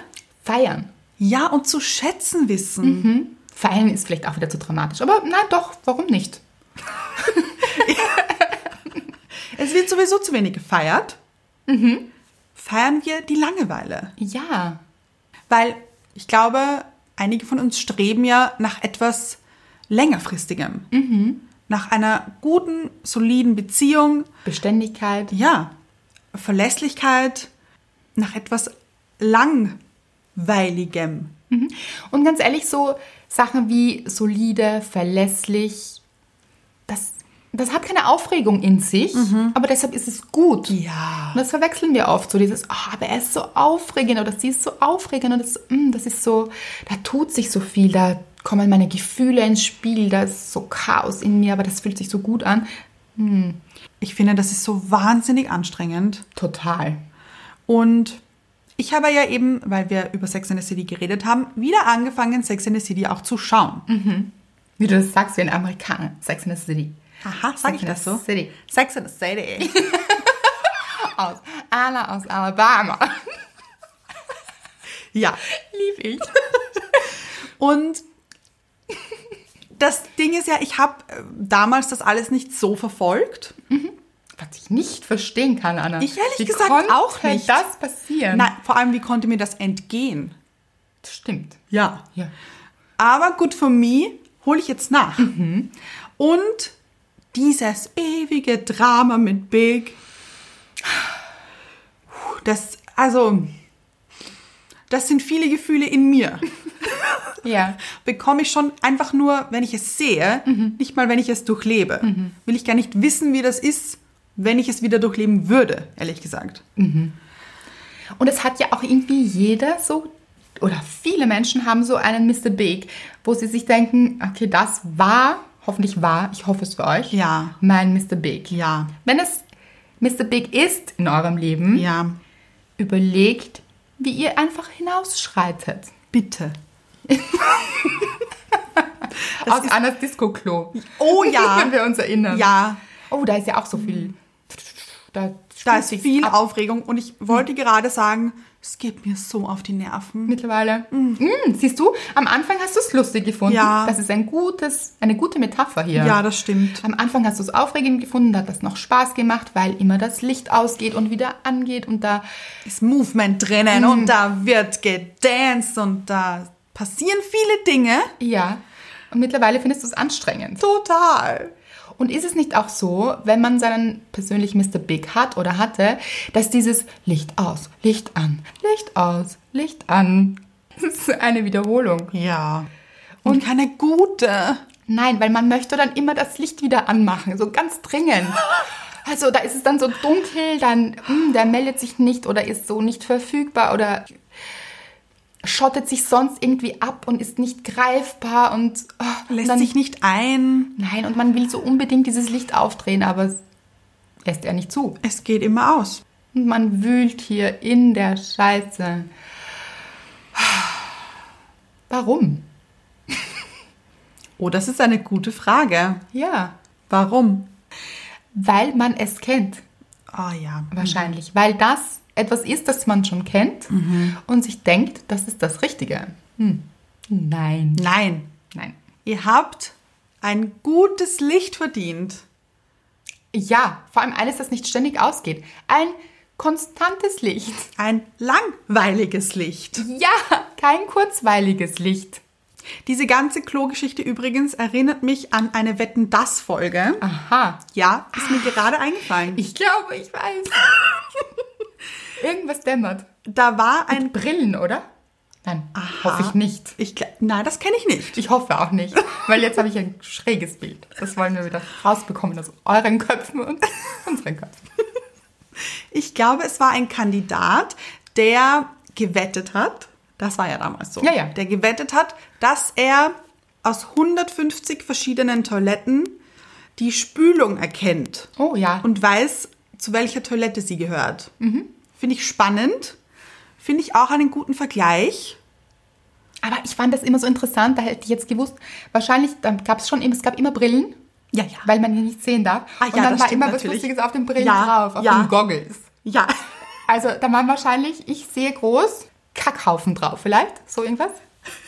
S2: Feiern.
S1: ja und zu schätzen wissen.
S2: Hm? Feiern ist vielleicht auch wieder zu dramatisch, aber na doch, warum nicht?
S1: Es wird sowieso zu wenig gefeiert. Feiern wir die Langeweile.
S2: Ja,
S1: Weil ich glaube, einige von uns streben ja nach etwas längerfristigem. Nach einer guten, soliden Beziehung,
S2: Beständigkeit.
S1: ja, Verlässlichkeit, nach etwas langweiligem.
S2: Und ganz ehrlich, so Sachen wie solide, verlässlich, das, das hat keine Aufregung in sich, aber deshalb ist es gut.
S1: Mhm. Ja.
S2: Und das verwechseln wir oft, so dieses, ah, aber er ist so aufregend oder sie ist so aufregend und das, mm, das ist so, da tut sich so viel, da kommen meine Gefühle ins Spiel, da ist so Chaos in mir, aber das fühlt sich so gut an.
S1: Ich finde, das ist so wahnsinnig anstrengend.
S2: Total.
S1: Und ich habe ja eben, weil wir über Sex in the City geredet haben, wieder angefangen, Sex in the City auch zu schauen.
S2: Wie du das sagst, wie ein Amerikaner, Sex in the City.
S1: Aha, sag ich
S2: in
S1: das
S2: the
S1: so?
S2: City.
S1: Sex in the City.
S2: Aus Anna aus [LAUGHS] Alabama.
S1: ja.
S2: Lieb ich.
S1: Und das Ding ist ja, ich habe äh, damals das alles nicht so verfolgt.
S2: Was ich nicht verstehen kann, Anna.
S1: Ich ehrlich
S2: Wie
S1: gesagt
S2: konnte
S1: auch nicht.
S2: das passieren?
S1: Nein, vor allem, wie konnte mir das entgehen?
S2: Das stimmt.
S1: Ja.
S2: Ja.
S1: Aber Good for Me hole ich jetzt nach. Und dieses ewige Drama mit Big, das, also, das sind viele Gefühle in mir.
S2: Ja.
S1: Bekomme ich schon einfach nur, wenn ich es sehe, nicht mal, wenn ich es durchlebe. Will ich gar nicht wissen, wie das ist, wenn ich es wieder durchleben würde, ehrlich gesagt.
S2: Und es hat ja auch irgendwie jeder so, oder viele Menschen haben so einen Mr. Big, wo sie sich denken, okay, das war, hoffentlich war, ich hoffe es für euch,
S1: Ja.
S2: mein Mr. Big.
S1: Ja.
S2: Wenn es Mr. Big ist in eurem Leben,
S1: Ja,
S2: überlegt, wie ihr einfach hinausschreitet.
S1: bitte.
S2: Aus Annas Disco-Klo.
S1: Oh ja.
S2: [LAUGHS] Wenn wir uns erinnern.
S1: Ja,
S2: Oh, da ist ja auch so viel. Da,
S1: Da
S2: spielt
S1: ist Mhm.
S2: sich's
S1: viel
S2: ab
S1: Aufregung und ich wollte gerade sagen, es geht mir so auf die Nerven.
S2: mittlerweile. Mm, siehst du, am Anfang hast du es lustig gefunden.
S1: Ja.
S2: Das ist ein gutes, eine gute Metapher hier.
S1: Ja, das stimmt.
S2: Am Anfang hast du es aufregend gefunden, da hat das noch Spaß gemacht, weil immer das Licht ausgeht und wieder angeht und da
S1: Ist Movement drinnen und da wird gedanced und da passieren viele Dinge.
S2: ja. Und mittlerweile findest du es anstrengend.
S1: Total.
S2: Und ist es nicht auch so, wenn man seinen persönlichen Mr. Big hat oder hatte, dass dieses Licht aus, Licht an, Licht aus, Licht an, das ist eine Wiederholung.
S1: Ja. Und, keine gute.
S2: Nein, weil man möchte dann immer das Licht wieder anmachen, so ganz dringend. Also da ist es dann so dunkel, dann mm, der meldet sich nicht oder ist so nicht verfügbar oder schottet sich sonst irgendwie ab und ist nicht greifbar und oh, und
S1: Lässt
S2: dann,
S1: sich nicht ein.
S2: nein und man will so unbedingt dieses Licht aufdrehen, aber es lässt er nicht zu
S1: Es geht immer aus.
S2: und man wühlt hier in der Scheiße. Warum?
S1: Oh, das ist eine gute Frage.
S2: Ja,
S1: Warum?
S2: weil man es kennt.
S1: Ah ja.
S2: Wahrscheinlich, weil das etwas ist, das man schon kennt und sich denkt, das ist das Richtige. Hm. Nein.
S1: Nein.
S2: Nein.
S1: Ihr habt ein gutes Licht verdient.
S2: Ja, vor allem eines, das nicht ständig ausgeht. Ein konstantes Licht.
S1: Ein langweiliges Licht.
S2: [LAUGHS] Ja, kein kurzweiliges Licht.
S1: Diese ganze Klogeschichte übrigens erinnert mich an eine Wetten das Folge.
S2: Aha.
S1: Ja, ist mir gerade eingefallen.
S2: Ich glaube, ich weiß. [LAUGHS] Irgendwas dämmert.
S1: da war ein
S2: Brillen, oder? Nein, hoffe ich nicht.
S1: ich gl- nein, das kenne ich nicht.
S2: Ich hoffe auch nicht, weil jetzt habe ich ein schräges Bild. Das wollen wir wieder rausbekommen aus euren Köpfen und [LAUGHS] unseren Köpfen.
S1: Ich glaube, es war ein Kandidat, der gewettet hat. Das war ja damals so.
S2: Ja, ja.
S1: Der gewettet hat, dass er aus 150 verschiedenen Toiletten die Spülung erkennt
S2: Oh ja. Mhm.
S1: und weiß, zu welcher Toilette sie gehört. Finde ich spannend. Finde ich auch einen guten Vergleich.
S2: aber ich fand das immer so interessant, da hätte ich jetzt gewusst, wahrscheinlich, da gab es schon, immer- es gab immer Brillen,
S1: Ja, ja.
S2: weil man ja nicht sehen darf.
S1: Ah ja,
S2: und dann
S1: das
S2: war
S1: stimmt
S2: immer was
S1: natürlich.
S2: Lustiges auf den Brillen
S1: Ja,
S2: drauf, auf
S1: ja.
S2: den Goggles.
S1: Ja.
S2: Also da waren wahrscheinlich, ich sehe groß, Kackhaufen drauf vielleicht, so irgendwas.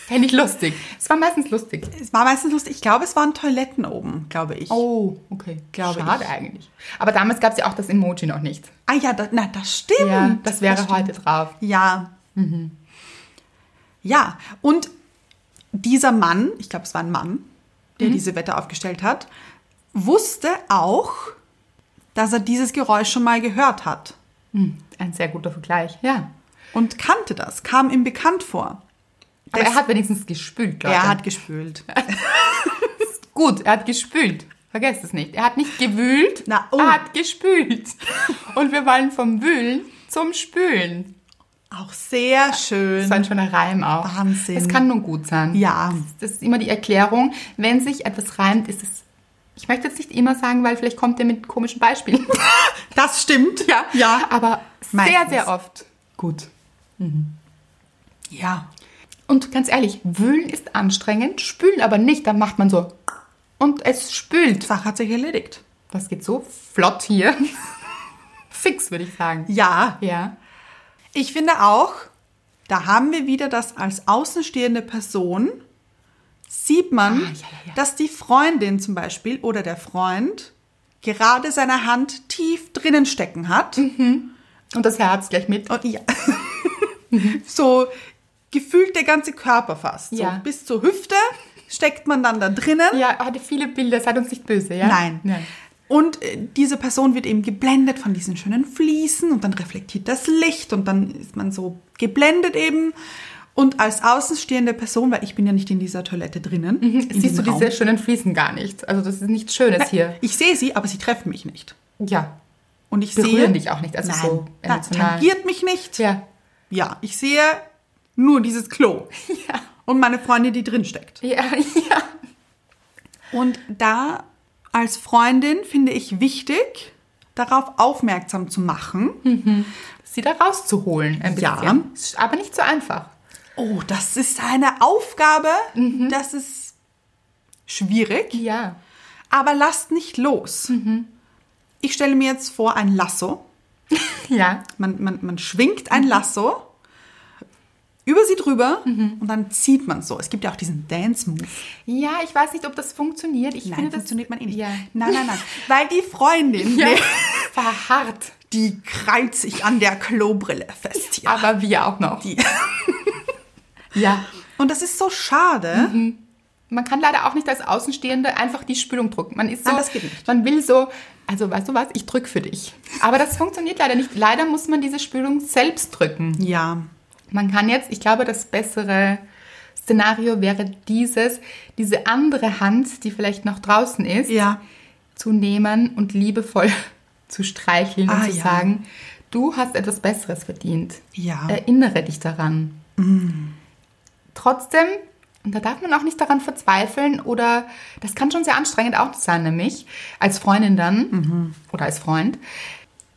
S2: Fände ich lustig. Es war meistens lustig.
S1: Es war meistens lustig. Ich glaube, es waren Toiletten oben, glaube ich.
S2: Oh, okay. Glaube Schade
S1: ich.
S2: eigentlich. Aber damals gab es ja auch das Emoji noch nicht.
S1: Ah ja, da, na, das stimmt.
S2: Ja, das wäre
S1: stimmt.
S2: heute drauf.
S1: Ja. Mhm. Ja, und dieser Mann, ich glaube, es war ein Mann, der diese Wette aufgestellt hat, wusste auch, dass er dieses Geräusch schon mal gehört hat
S2: Hm, ein sehr guter Vergleich, ja.
S1: und kannte das, kam ihm bekannt vor.
S2: Aber
S1: Das-
S2: er hat wenigstens gespült, Leute.
S1: Er hat gespült.
S2: Gut, er hat gespült. Vergesst es nicht. Er hat nicht gewühlt,
S1: Na, oh.
S2: er hat [LAUGHS] gespült. Und wir wollen vom Wühlen zum Spülen.
S1: Auch sehr
S2: Das
S1: schön.
S2: ist ein schöner Reim auch.
S1: Wahnsinn.
S2: Es kann nun gut sein.
S1: Ja.
S2: Das ist immer die Erklärung. Wenn sich etwas reimt, ist es... Ich möchte jetzt nicht immer sagen, weil vielleicht kommt ihr mit komischen Beispielen.
S1: Das stimmt. Ja.
S2: Aber sehr,
S1: Meistens.
S2: sehr oft. Gut.
S1: Ja.
S2: Und ganz ehrlich, wühlen ist anstrengend, spülen aber nicht. Dann macht man so... Und es spült.
S1: Sache hat sich erledigt.
S2: Das geht so flott hier. [LAUGHS] Fix, würde ich sagen.
S1: Ja.
S2: Ja.
S1: Ich finde auch, da haben wir wieder das als außenstehende Person sieht man,
S2: Ah, ja, ja, ja.
S1: dass die Freundin zum Beispiel oder der Freund gerade seine Hand tief drinnen stecken hat.
S2: Mhm. Und das Herz gleich mit.
S1: Und ja. [LAUGHS] so gefühlt der ganze Körper fast.
S2: Ja.
S1: So bis zur Hüfte steckt man dann da drinnen.
S2: Ja, hatte viele Bilder, seid uns nicht böse, ja?
S1: Nein. Und äh, diese Person wird eben geblendet von diesen schönen Fliesen und dann reflektiert das Licht und dann ist man so geblendet eben. Und als außenstehende Person, weil ich bin ja nicht in dieser Toilette drinnen, in
S2: Mhm. Siehst du
S1: diesem
S2: diese schönen Fliesen gar nicht. Also das ist nichts Schönes hier.
S1: Ich sehe sie, aber sie treffen mich nicht.
S2: Ja.
S1: Und ich
S2: Berühren
S1: sehe
S2: dich auch nicht, also
S1: nein,
S2: so
S1: nein,
S2: emotional.
S1: tangiert mich nicht.
S2: Ja.
S1: Ja, ich sehe nur dieses
S2: [LAUGHS]
S1: Klo und meine Freundin, die drin steckt.
S2: Ja, [LAUGHS] ja.
S1: Und da als Freundin finde ich wichtig, darauf aufmerksam zu machen.
S2: Sie da rauszuholen ein
S1: Ja.
S2: bisschen. Ist Aber nicht so einfach.
S1: Oh, das ist eine Aufgabe.
S2: Mhm.
S1: Das ist schwierig,
S2: Ja.
S1: aber lasst nicht los.
S2: Mhm.
S1: Ich stelle mir jetzt vor, ein Lasso.
S2: Ja.
S1: Man, man, man schwingt
S2: Mhm.
S1: ein Lasso über sie drüber
S2: Mhm.
S1: und dann zieht man so. Es gibt ja auch diesen Dance-Move.
S2: Ja, ich weiß nicht, ob das funktioniert. Ich
S1: Nein,
S2: finde, das
S1: funktioniert man eh nicht.
S2: Ja.
S1: Nein, nein,
S2: [LAUGHS]
S1: nein. Weil die Freundin,
S2: Ja. [LAUGHS]
S1: nee,
S2: Verharrt.
S1: die krallt sich an der Klobrille fest. Ja.
S2: Aber wir auch noch.
S1: Die-
S2: [LAUGHS] ja.
S1: Und das ist so schade.
S2: Mhm. Man kann leider auch nicht als Außenstehende einfach die Spülung drücken. Man ist so,
S1: Nein, das geht nicht.
S2: man will so, also weißt du was, ich drück für dich. Aber das funktioniert leider nicht. Leider muss man diese Spülung selbst drücken.
S1: Ja.
S2: Man kann jetzt, ich glaube, das bessere Szenario wäre dieses, diese andere Hand, die vielleicht noch draußen ist,
S1: Ja.
S2: zu nehmen und liebevoll [LAUGHS] zu streicheln
S1: Ah,
S2: und zu
S1: ja.
S2: sagen, du hast etwas Besseres verdient.
S1: Ja. Mhm.
S2: Erinnere dich daran. Trotzdem, und da darf man auch nicht daran verzweifeln oder das kann schon sehr anstrengend auch sein, nämlich als Freundin dann
S1: Mhm.
S2: oder als Freund,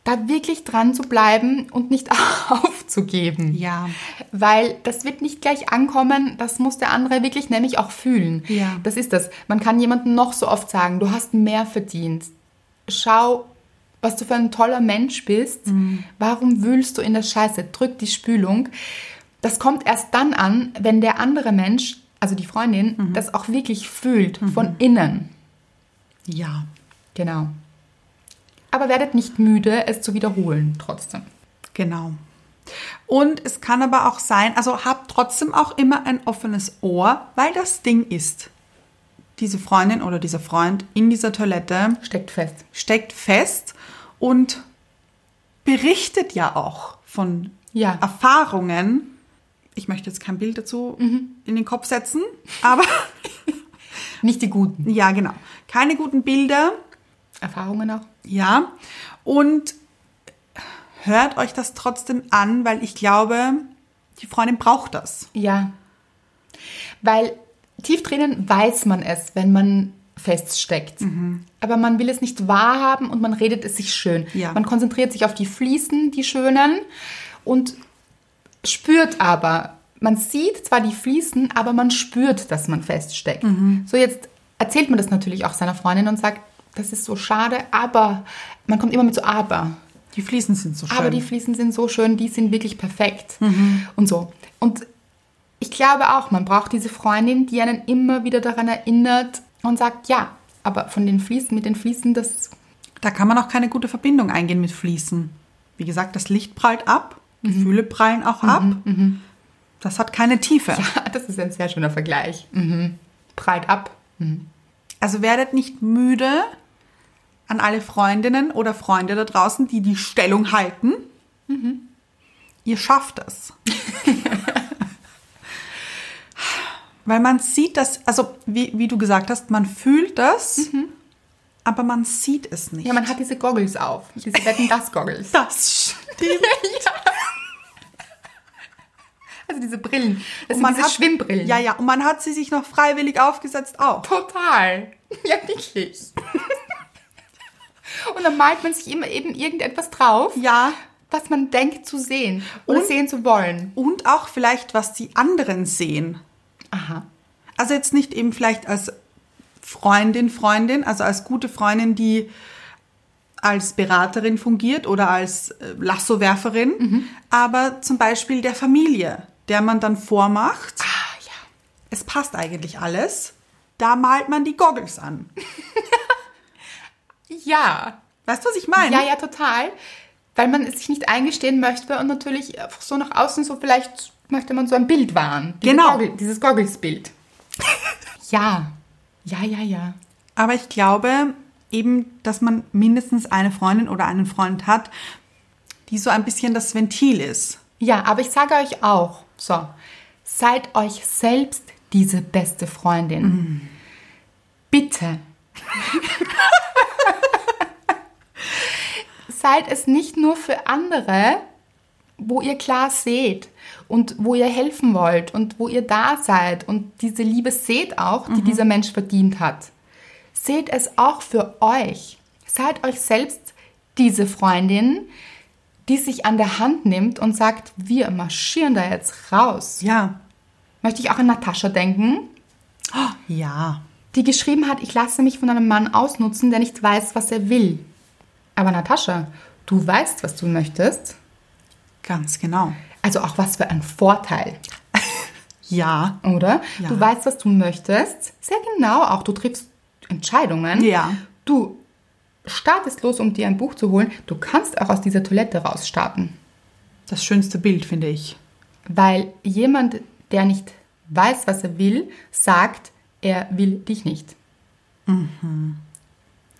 S2: da wirklich dran zu bleiben und nicht [LAUGHS] aufzugeben.
S1: Ja.
S2: Weil das wird nicht gleich ankommen, das muss der andere wirklich nämlich auch fühlen.
S1: Ja.
S2: Das ist das. Man kann jemandem noch so oft sagen, du hast mehr verdient. Schau, was du für ein toller Mensch bist. Warum wühlst du in der Scheiße? Drück die Spülung. Das kommt erst dann an, wenn der andere Mensch, also die Freundin, das auch wirklich fühlt von innen.
S1: Ja.
S2: Genau. Aber werdet nicht müde, es zu wiederholen trotzdem.
S1: Genau. Und es kann aber auch sein, also habt trotzdem auch immer ein offenes Ohr, weil das Ding ist, diese Freundin oder dieser Freund in dieser Toilette
S2: Steckt fest.
S1: steckt fest und berichtet ja auch von
S2: Ja.
S1: Erfahrungen. Ich möchte jetzt kein Bild dazu in den Kopf setzen, aber [LAUGHS]
S2: Nicht die guten
S1: ja, genau. Keine guten Bilder,
S2: Erfahrungen auch.
S1: ja. Und hört euch das trotzdem an, weil ich glaube, die Freundin braucht das.
S2: Ja. Weil tief drinnen weiß man es, wenn man feststeckt. Aber man will es nicht wahrhaben und man redet es sich schön.
S1: Ja.
S2: Man konzentriert sich auf die Fliesen, die schönen, und spürt aber, man sieht zwar die Fliesen, aber man spürt, dass man feststeckt. So jetzt erzählt man das natürlich auch seiner Freundin und sagt, das ist so schade, aber man kommt immer mit so aber.
S1: Die Fliesen sind so schön.
S2: Aber die Fliesen sind so schön, die sind wirklich perfekt.
S1: Mhm.
S2: Und so. Und ich glaube auch, man braucht diese Freundin, die einen immer wieder daran erinnert und sagt, ja, aber von den Fliesen, mit den Fliesen, das [LAUGHS]
S1: da kann man auch keine gute Verbindung eingehen mit Fliesen. Wie gesagt, das Licht prallt ab,
S2: Mhm.
S1: Gefühle prallen auch ab. Das hat keine Tiefe.
S2: das ist ein sehr schöner Vergleich. Mhm. Breit ab.
S1: Also werdet nicht müde an alle Freundinnen oder Freunde da draußen, die die Stellung halten. Mhm. Ihr schafft
S2: [LAUGHS]
S1: es. Weil man sieht das, also wie, wie du gesagt hast, man fühlt das, aber man sieht es nicht.
S2: Mhm. Ja, man hat diese Goggles auf. Diese Wetten, [LAUGHS]
S1: [LAUGHS]
S2: das Goggles.
S1: das stimmt.
S2: Also diese Brillen. Das
S1: Und
S2: sind diese Schwimmbrillen.
S1: Ja, ja, und man hat sie sich noch freiwillig aufgesetzt auch.
S2: Total. Ja, wirklich. [LAUGHS] Und dann malt man sich immer eben irgendetwas drauf,
S1: Ja.
S2: was man denkt zu sehen oder
S1: Und-
S2: sehen zu wollen.
S1: Und auch vielleicht, was die anderen sehen.
S2: Aha.
S1: Also jetzt nicht eben vielleicht als Freundin, Freundin, also als gute Freundin, die als Beraterin fungiert oder als äh, Lassowerferin, aber zum Beispiel der Familie, der man dann vormacht,
S2: Ah, ja.
S1: es passt eigentlich alles, da malt man die Goggles an.
S2: Ja.
S1: Weißt du, was ich meine?
S2: Ja, ja, total. Weil man es sich nicht eingestehen möchte und natürlich einfach so nach außen so vielleicht möchte man so ein Bild wahren. Diese
S1: Genau.
S2: Goggle, dieses Goggles-Bild. ja. Ja, ja, ja.
S1: Aber ich glaube eben, dass man mindestens eine Freundin oder einen Freund hat, die so ein bisschen das Ventil ist.
S2: Ja, aber ich sage euch auch, so, seid euch selbst diese beste Freundin. Bitte. seid es nicht nur für andere, wo ihr klar seht und wo ihr helfen wollt und wo ihr da seid und diese Liebe seht auch, die dieser Mensch verdient hat. Seht es auch für euch. Seid euch selbst diese Freundin, die sich an der Hand nimmt und sagt, wir marschieren da jetzt raus.
S1: Ja.
S2: Möchte ich auch an Natascha denken,
S1: Ja.
S2: die geschrieben hat, ich lasse mich von einem Mann ausnutzen, der nicht weiß, was er will. Aber Natascha, du weißt, was du möchtest.
S1: Ganz genau.
S2: Also auch was für ein Vorteil,
S1: Ja.
S2: oder?
S1: Ja.
S2: Du weißt, was du möchtest. Sehr genau auch. Du triffst Entscheidungen.
S1: Ja.
S2: Du startest los, um dir ein Buch zu holen. Du kannst auch aus dieser Toilette rausstarten.
S1: Das schönste Bild, finde ich.
S2: Weil jemand, der nicht weiß, was er will, sagt, er will dich nicht.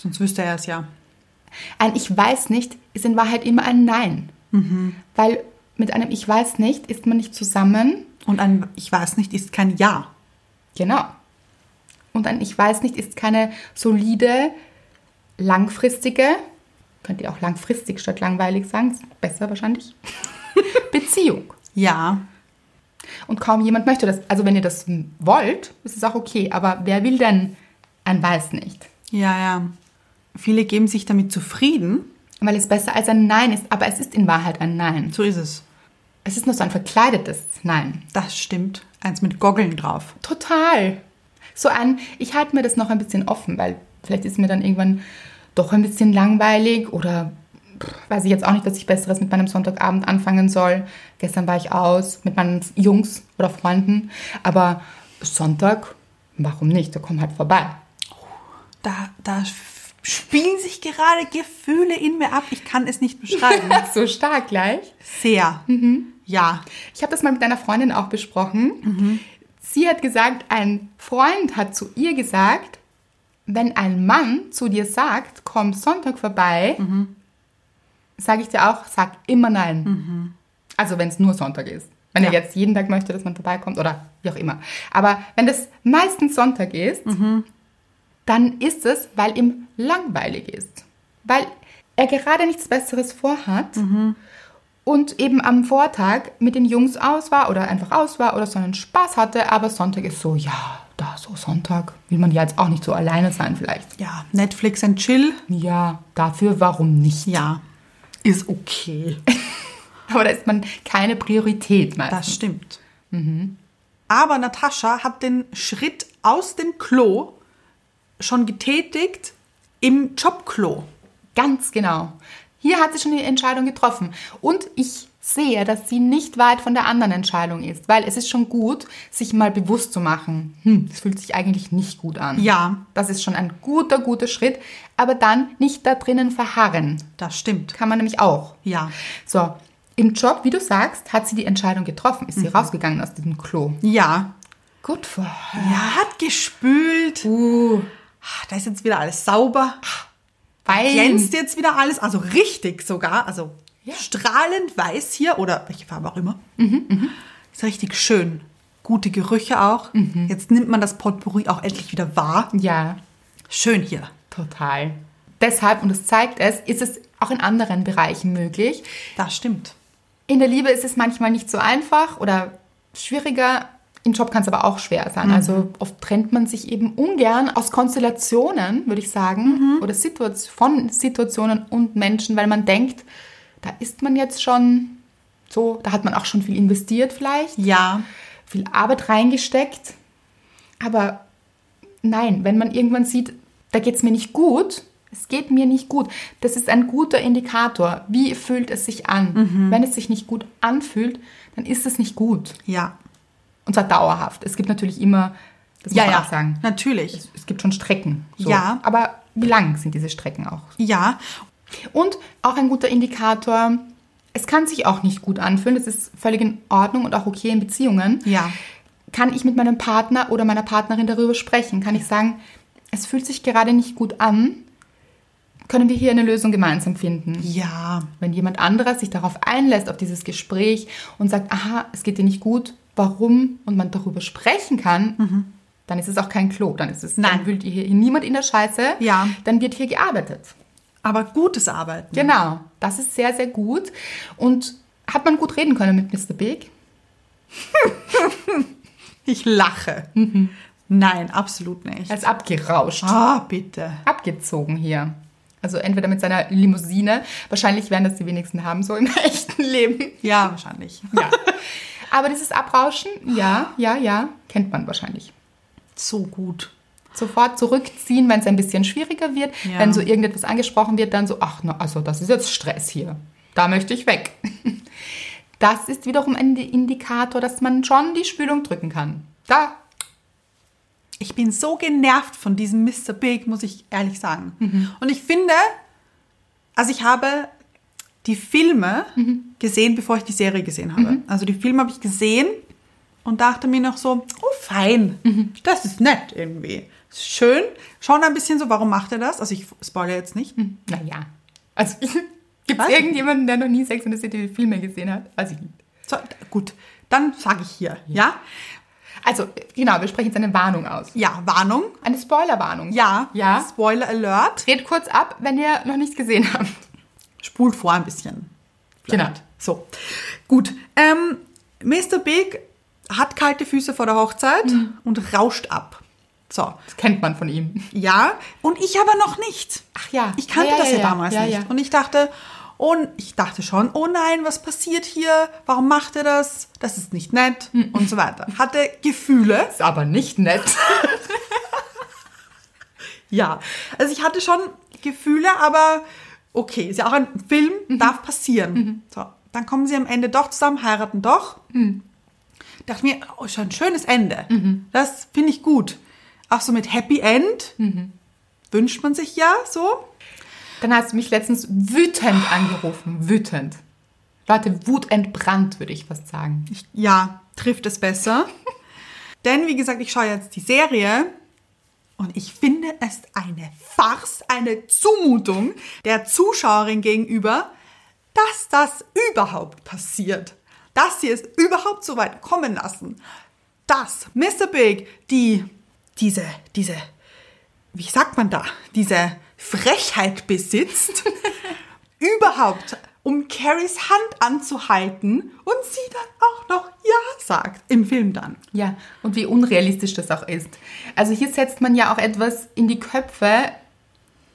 S1: Sonst wüsste er es ja.
S2: Ein Ich weiß nicht ist in Wahrheit immer ein Nein. Weil mit einem Ich weiß nicht ist man nicht zusammen.
S1: Und ein Ich weiß nicht ist kein Ja.
S2: Genau. Und ein Ich weiß nicht ist keine solide, langfristige, könnt ihr auch langfristig statt langweilig sagen, ist besser wahrscheinlich, [LAUGHS] Beziehung.
S1: Ja.
S2: Und kaum jemand möchte das. Also wenn ihr das wollt, ist es auch okay. Aber wer will denn ein Weiß nicht?
S1: Ja, ja. Viele geben sich damit zufrieden.
S2: Weil es besser als ein Nein ist, aber es ist in Wahrheit ein Nein.
S1: So ist es.
S2: Es ist nur so ein verkleidetes Nein.
S1: Das stimmt. Eins mit Goggeln drauf.
S2: Total. So ein, ich halte mir das noch ein bisschen offen, weil vielleicht ist mir dann irgendwann doch ein bisschen langweilig oder pff, weiß ich jetzt auch nicht, was ich Besseres mit meinem Sonntagabend anfangen soll. Gestern war ich aus mit meinen Jungs oder Freunden, aber Sonntag, warum nicht? Da komm halt vorbei. [LAUGHS]
S1: Da, da f- spielen sich gerade Gefühle in mir ab. Ich kann es nicht
S2: [LAUGHS]
S1: beschreiben.
S2: so stark gleich.
S1: Sehr. Ja.
S2: Ich habe das mal mit einer Freundin auch besprochen. Sie hat gesagt, ein Freund hat zu ihr gesagt, wenn ein Mann zu dir sagt, komm Sonntag vorbei, sage ich dir auch, sag immer nein. Also wenn es nur Sonntag ist. Wenn er
S1: Ja.
S2: jetzt jeden Tag möchte, dass man vorbeikommt oder wie auch immer. Aber wenn das meistens Sonntag ist, dann ist es, weil ihm langweilig ist. Weil er gerade nichts Besseres vorhat und eben am Vortag mit den Jungs aus war oder einfach aus war oder so einen Spaß hatte, aber Sonntag ist so, ja, da so Sonntag will man ja jetzt auch nicht so alleine sein vielleicht.
S1: Ja. Netflix and Chill.
S2: Ja, dafür warum nicht?
S1: Ja. Ist okay.
S2: [LAUGHS] Aber da ist man keine Priorität meistens.
S1: Das stimmt. Aber Natascha hat den Schritt aus dem Klo schon getätigt im Jobklo.
S2: Ganz genau. Hier hat sie schon die Entscheidung getroffen. Und ich sehe, dass sie nicht weit von der anderen Entscheidung ist, weil es ist schon gut, sich mal bewusst zu machen. Hm, es fühlt sich eigentlich nicht gut an.
S1: Ja.
S2: Das ist schon ein guter, guter Schritt. Aber dann nicht da drinnen verharren.
S1: Das stimmt.
S2: Kann man nämlich auch.
S1: Ja.
S2: So, im Job, wie du sagst, hat sie die Entscheidung getroffen.
S1: Mhm.
S2: Ist sie rausgegangen aus diesem Klo.
S1: Ja.
S2: Gut for her.
S1: Ja, hat gespült.
S2: Uh,
S1: Ah, Da ist jetzt wieder alles sauber.
S2: fein.
S1: Glänzt jetzt wieder alles. Also richtig sogar. Also
S2: Ja. Mhm,
S1: strahlend weiß hier oder welche Farbe auch immer. Ist richtig schön. Gute Gerüche auch.
S2: Mhm.
S1: Jetzt nimmt man das Potpourri auch endlich wieder wahr.
S2: Ja,
S1: Schön hier.
S2: total. Deshalb, und das zeigt es, ist es auch in anderen Bereichen möglich.
S1: Das stimmt.
S2: In der Liebe ist es manchmal nicht so einfach oder schwieriger. Im Job kann es aber auch schwer sein. Also oft trennt man sich eben ungern aus Konstellationen, würde ich sagen, oder Situa- von Situationen und Menschen, weil man denkt, da ist man jetzt schon so, da hat man auch schon viel investiert vielleicht,
S1: Ja.
S2: viel Arbeit reingesteckt. Aber nein, wenn man irgendwann sieht, da geht es mir nicht gut, es geht mir nicht gut, das ist ein guter Indikator. Wie
S1: Mhm.
S2: fühlt es sich an? Wenn es sich nicht gut anfühlt, dann ist es nicht gut.
S1: Ja.
S2: Und zwar dauerhaft. Es gibt natürlich immer, das muss
S1: Ja,
S2: man
S1: ja,
S2: auch sagen,
S1: natürlich.
S2: es, es gibt schon Strecken. So.
S1: Ja.
S2: Aber wie lang sind diese Strecken auch?
S1: Ja,
S2: Und auch ein guter Indikator, es kann sich auch nicht gut anfühlen, das ist völlig in Ordnung und auch okay in Beziehungen.
S1: Ja.
S2: Kann ich mit meinem Partner oder meiner Partnerin darüber sprechen? Kann ich sagen, es fühlt sich gerade nicht gut an? Können wir hier eine Lösung gemeinsam finden?
S1: ja,
S2: Wenn jemand anderer sich darauf einlässt, auf dieses Gespräch und sagt, aha, es geht dir nicht gut, warum und man darüber sprechen kann, dann ist es auch kein Klo, dann ist es,
S1: Mhm. Nein.
S2: dann wühlt hier niemand in der Scheiße,
S1: Ja.
S2: dann wird hier gearbeitet.
S1: aber gutes Arbeiten.
S2: Genau, das ist sehr, sehr gut. Und hat man gut reden können mit Mr. Big?
S1: Ich lache.
S2: Mhm.
S1: Nein, absolut nicht.
S2: Er ist abgerauscht,
S1: Ah, bitte.
S2: abgezogen hier. Also entweder mit seiner Limousine, wahrscheinlich werden das die wenigsten haben, so im [LAUGHS] echten Leben.
S1: Ja, wahrscheinlich.
S2: Ja. Aber dieses Abrauschen, ja, ja, ja, kennt man wahrscheinlich.
S1: So gut.
S2: Sofort zurückziehen, wenn es ein bisschen schwieriger wird,
S1: Ja.
S2: wenn so irgendetwas angesprochen wird, dann so, ach, na, also das ist jetzt Stress hier. Da möchte ich weg. [LAUGHS] Das ist wiederum ein Indikator, dass man schon die Spülung drücken kann. Da
S1: Ich bin so genervt von diesem Mr. Big, muss ich ehrlich sagen.
S2: Mhm.
S1: Und ich finde, also ich habe die Filme
S2: Mhm.
S1: gesehen, bevor ich die Serie gesehen habe. Also die Filme habe ich gesehen und dachte mir noch so, oh fein,
S2: Mhm.
S1: das ist nett irgendwie. Ist Schön. Schon ein bisschen so, warum macht er das? Also ich spoilere jetzt nicht.
S2: Naja. Hm, Also, [LAUGHS] gibt
S1: Was?
S2: es irgendjemanden, der noch nie Sex and the City Filme gesehen hat? Weiß ich nicht.
S1: So, gut, dann sage ich hier, ja?
S2: Also, genau, wir sprechen jetzt eine Warnung aus.
S1: Ja, Warnung.
S2: Eine Spoilerwarnung.
S1: Ja.
S2: Ja.
S1: Spoiler Alert.
S2: Dreht kurz ab, wenn ihr noch nichts gesehen habt.
S1: Spult vor ein bisschen.
S2: Genau.
S1: So, gut. Ähm, Mr. Big hat kalte Füße vor der Hochzeit
S2: Mhm.
S1: und rauscht ab. So,
S2: Das kennt man von ihm.
S1: ja, und ich aber noch nicht.
S2: Ach ja.
S1: Ich kannte
S2: Ja, ja,
S1: das ja,
S2: ja,
S1: damals
S2: ja,
S1: nicht.
S2: ja.
S1: Und ich dachte, und ich dachte schon, oh nein, was passiert hier? Warum macht er das? Das ist nicht nett
S2: Mhm.
S1: und so weiter. Hatte Gefühle.
S2: Ist aber nicht nett.
S1: Ja, also ich hatte schon Gefühle, aber okay, ist ja auch ein Film, darf passieren. So, dann kommen sie am Ende doch zusammen, heiraten doch. Dachte mir, oh, ist schon ein schönes Ende. Das finde ich gut. Auch so mit Happy End wünscht man sich ja so.
S2: Dann hast du mich letztens wütend angerufen. Wütend. Leute, wutentbrannt, würde ich fast sagen.
S1: Ich, ja, trifft es besser. Denn wie gesagt, ich schaue jetzt die Serie und ich finde es eine Farce, eine Zumutung der Zuschauerin gegenüber, dass das überhaupt passiert. Dass sie es überhaupt so weit kommen lassen. Dass Mr. Big die, diese, diese, wie sagt man da, diese Frechheit besitzt, überhaupt, um Carries Hand anzuhalten und sie dann auch noch Ja sagt. Im Film dann.
S2: Ja, und wie unrealistisch das auch ist. Also hier setzt man ja auch etwas in die Köpfe,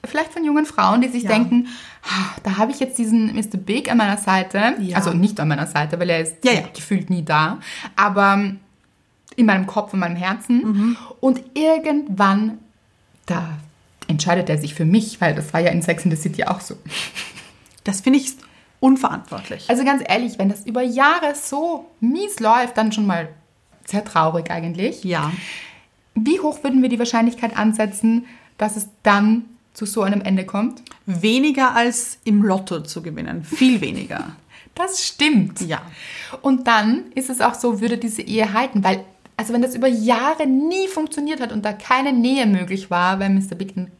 S2: vielleicht von jungen Frauen, die sich
S1: Ja.
S2: denken, "Ah, da habe ich jetzt diesen Mr. Big an meiner Seite.
S1: Ja.
S2: Also nicht an meiner Seite, weil er ist
S1: Ja, ja.
S2: gefühlt nie da. Aber in meinem Kopf und meinem Herzen.
S1: Mhm.
S2: Und irgendwann, da entscheidet er sich für mich, weil das war ja in Sex in the City auch so.
S1: Das finde ich unverantwortlich.
S2: Also ganz ehrlich, wenn das über Jahre so mies läuft, dann schon mal sehr traurig eigentlich.
S1: Ja.
S2: Wie hoch würden wir die Wahrscheinlichkeit ansetzen, dass es dann zu so einem Ende kommt?
S1: Weniger als im Lotto zu gewinnen. Viel weniger.
S2: Das stimmt.
S1: Ja.
S2: Und dann ist es auch so, würde diese Ehe halten, weil, also wenn das über Jahre nie funktioniert hat und da keine Nähe möglich war, weil Mr. Big ein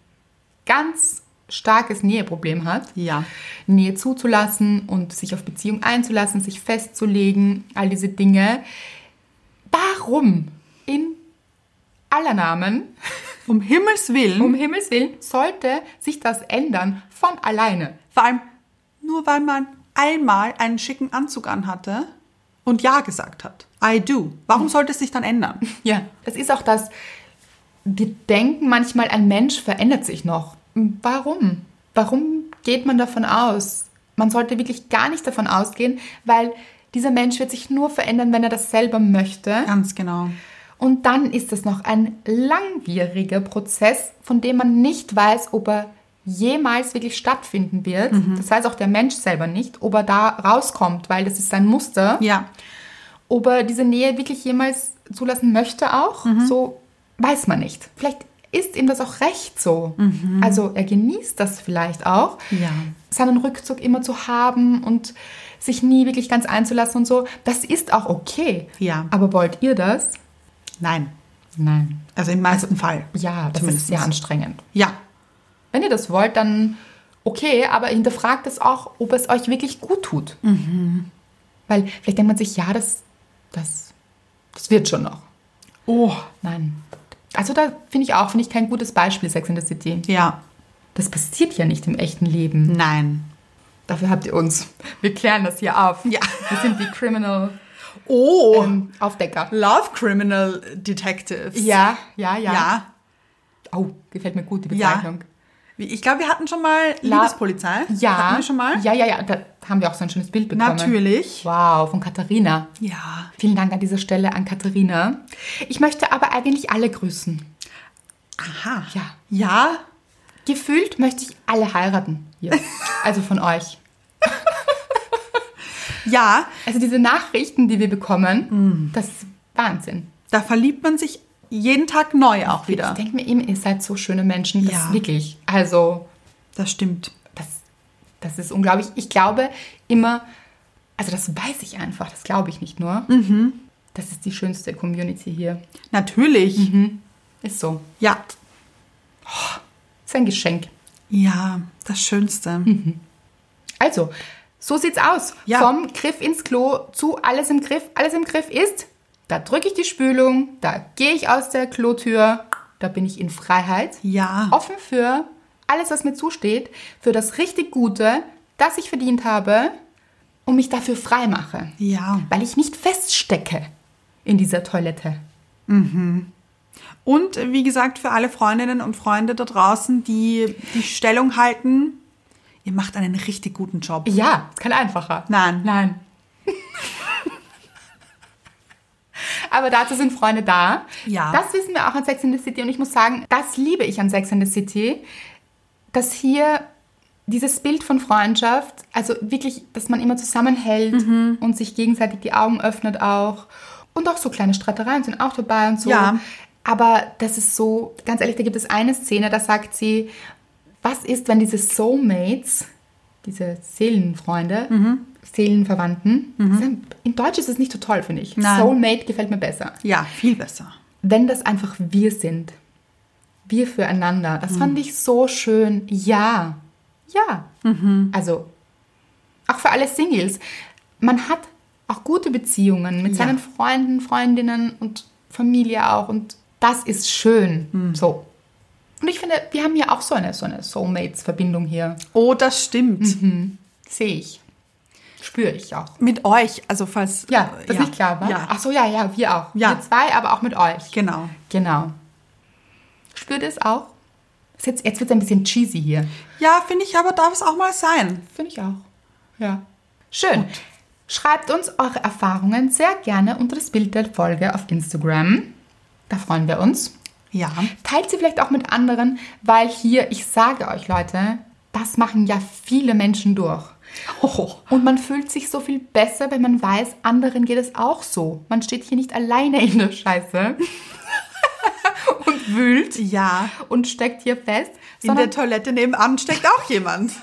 S2: ganz starkes Näheproblem hat,
S1: Ja.
S2: Nähe zuzulassen und sich auf Beziehung einzulassen, sich festzulegen, all diese Dinge. Warum in aller Namen
S1: Um Himmels Willen.
S2: Um Himmels Willen sollte sich das ändern von alleine.
S1: vor allem nur weil man einmal einen schicken Anzug anhatte und Ja gesagt hat. I do. Warum sollte es sich dann
S2: [LAUGHS]
S1: ändern?
S2: Ja. Es ist auch das, wir denken manchmal, ein Mensch verändert sich noch. Warum? Warum geht man davon aus? Man sollte wirklich gar nicht davon ausgehen, weil dieser Mensch wird sich nur verändern, wenn er das selber möchte.
S1: Ganz genau.
S2: Und dann ist es noch ein langwieriger Prozess, von dem man nicht weiß, ob er jemals wirklich stattfinden wird. Das weiß auch der Mensch selber nicht, ob er da rauskommt, weil das ist sein Muster.
S1: Ja.
S2: Ob er diese Nähe wirklich jemals zulassen möchte auch,
S1: Mhm.
S2: so weiß man nicht. Vielleicht ist ihm das auch recht so. Also er genießt das vielleicht auch,
S1: Mhm. Ja.
S2: seinen Rückzug immer zu haben und sich nie wirklich ganz einzulassen und so. Das ist auch okay.
S1: Ja.
S2: Aber wollt ihr das?
S1: Nein.
S2: Nein.
S1: Also im meisten Fall.
S2: Ja, das
S1: Zumindest.
S2: ist sehr anstrengend.
S1: Ja.
S2: Wenn ihr das wollt, dann okay, aber hinterfragt es auch, ob es euch wirklich gut tut.
S1: Mhm.
S2: Weil vielleicht denkt man sich, ja, das, das, das wird schon noch.
S1: Oh.
S2: Nein. Also da finde ich auch, finde ich kein gutes Beispiel, Sex in the City.
S1: Ja.
S2: Das passiert ja nicht im echten Leben.
S1: Nein.
S2: Dafür habt ihr uns. Wir klären das hier auf.
S1: Ja.
S2: Wir sind die Criminal
S1: Oh.
S2: ähm, Aufdecker.
S1: Love Criminal Detectives.
S2: Ja, ja, ja,
S1: Ja.
S2: Oh, gefällt mir gut die
S1: Ja.
S2: Bezeichnung.
S1: Wie- Ich glaube, wir hatten schon mal Liebespolizei.
S2: Ja.
S1: Hatten wir schon mal?
S2: Ja, ja, ja. Da haben wir auch so ein schönes Bild bekommen.
S1: Natürlich.
S2: Wow, von Katharina.
S1: Ja.
S2: Vielen Dank an dieser Stelle an Katharina. Ich möchte aber eigentlich alle grüßen.
S1: Aha.
S2: Ja.
S1: Ja.
S2: Gefühlt möchte ich alle heiraten. Hier. Also von euch.
S1: Ja.
S2: Also diese Nachrichten, die wir bekommen, das ist Wahnsinn.
S1: Da verliebt man sich jeden Tag neu auch
S2: Ich
S1: wieder.
S2: denke mir eben, ihr seid so schöne Menschen. Das
S1: Ja.
S2: wirklich. Also
S1: Das stimmt.
S2: das, das ist unglaublich. Ich glaube immer, also das weiß ich einfach, das glaube ich nicht nur. Das ist die schönste Community hier.
S1: Natürlich.
S2: Mhm. Ist so.
S1: Ja.
S2: Ist ein Geschenk.
S1: Ja. Das Schönste.
S2: Mhm. Also, so sieht's aus.
S1: Ja.
S2: Vom Griff ins Klo zu alles im Griff. Alles im Griff ist, da drücke ich die Spülung, da gehe ich aus der Klotür, da bin ich in Freiheit.
S1: Ja.
S2: Offen für alles, was mir zusteht, für das richtig Gute, das ich verdient habe und mich dafür frei mache.
S1: Ja.
S2: Weil ich nicht feststecke in dieser Toilette.
S1: Und äh, wie gesagt, für alle Freundinnen und Freunde da draußen, die die Stellung halten, ihr macht einen richtig guten Job.
S2: Ja, ist kein einfacher.
S1: Nein.
S2: Nein. Aber dazu sind Freunde da.
S1: Ja.
S2: Das wissen wir auch an Sex in the City und ich muss sagen, das liebe ich an Sex in the City, dass hier dieses Bild von Freundschaft, also wirklich, dass man immer zusammenhält
S1: Mhm.
S2: und sich gegenseitig die Augen öffnet auch und auch so kleine Streitereien sind auch dabei und so.
S1: Ja.
S2: Aber das ist so, ganz ehrlich, da gibt es eine Szene, da sagt sie, was ist, wenn diese Soulmates, diese Seelenfreunde, Seelenverwandten, das ist ein- in Deutsch ist es nicht so toll, finde ich.
S1: Nein.
S2: Soulmate gefällt mir besser.
S1: Ja, viel besser.
S2: Wenn das einfach wir sind, wir füreinander, das
S1: Mhm.
S2: fand ich so schön. Ja, ja.
S1: Mhm.
S2: Also, auch für alle Singles. Man hat auch gute Beziehungen mit
S1: Ja.
S2: seinen Freunden, Freundinnen und Familie auch. Und das ist schön.
S1: Mhm.
S2: So. Und ich finde, wir haben ja auch so eine, so eine Soulmates-Verbindung hier.
S1: Oh, das stimmt.
S2: Sehe ich. Spüre ich auch.
S1: Mit euch, also falls.
S2: Ja, das
S1: ja.
S2: ist nicht klar, war?
S1: Ja,
S2: Ach so, ja, ja, wir auch.
S1: Ja.
S2: Wir zwei, aber auch mit euch.
S1: genau.
S2: Genau. Spürt ihr es auch? Ist Jetzt, jetzt wird es ein bisschen cheesy hier.
S1: Ja, finde ich, aber darf es auch mal sein.
S2: Finde ich auch. Ja. Schön. Schreibt uns eure Erfahrungen sehr gerne unter das Bild der Folge auf Instagram. Da freuen wir uns.
S1: Ja.
S2: Teilt sie vielleicht auch mit anderen, weil hier, ich sage euch Leute, das machen ja viele Menschen durch. Und man fühlt sich so viel besser, wenn man weiß, anderen geht es auch so. Man steht hier nicht alleine in der [LAUGHS] Scheiße und wühlt
S1: Ja.
S2: und steckt hier fest,
S1: In
S2: sondern
S1: der Toilette nebenan steckt auch jemand. [LAUGHS]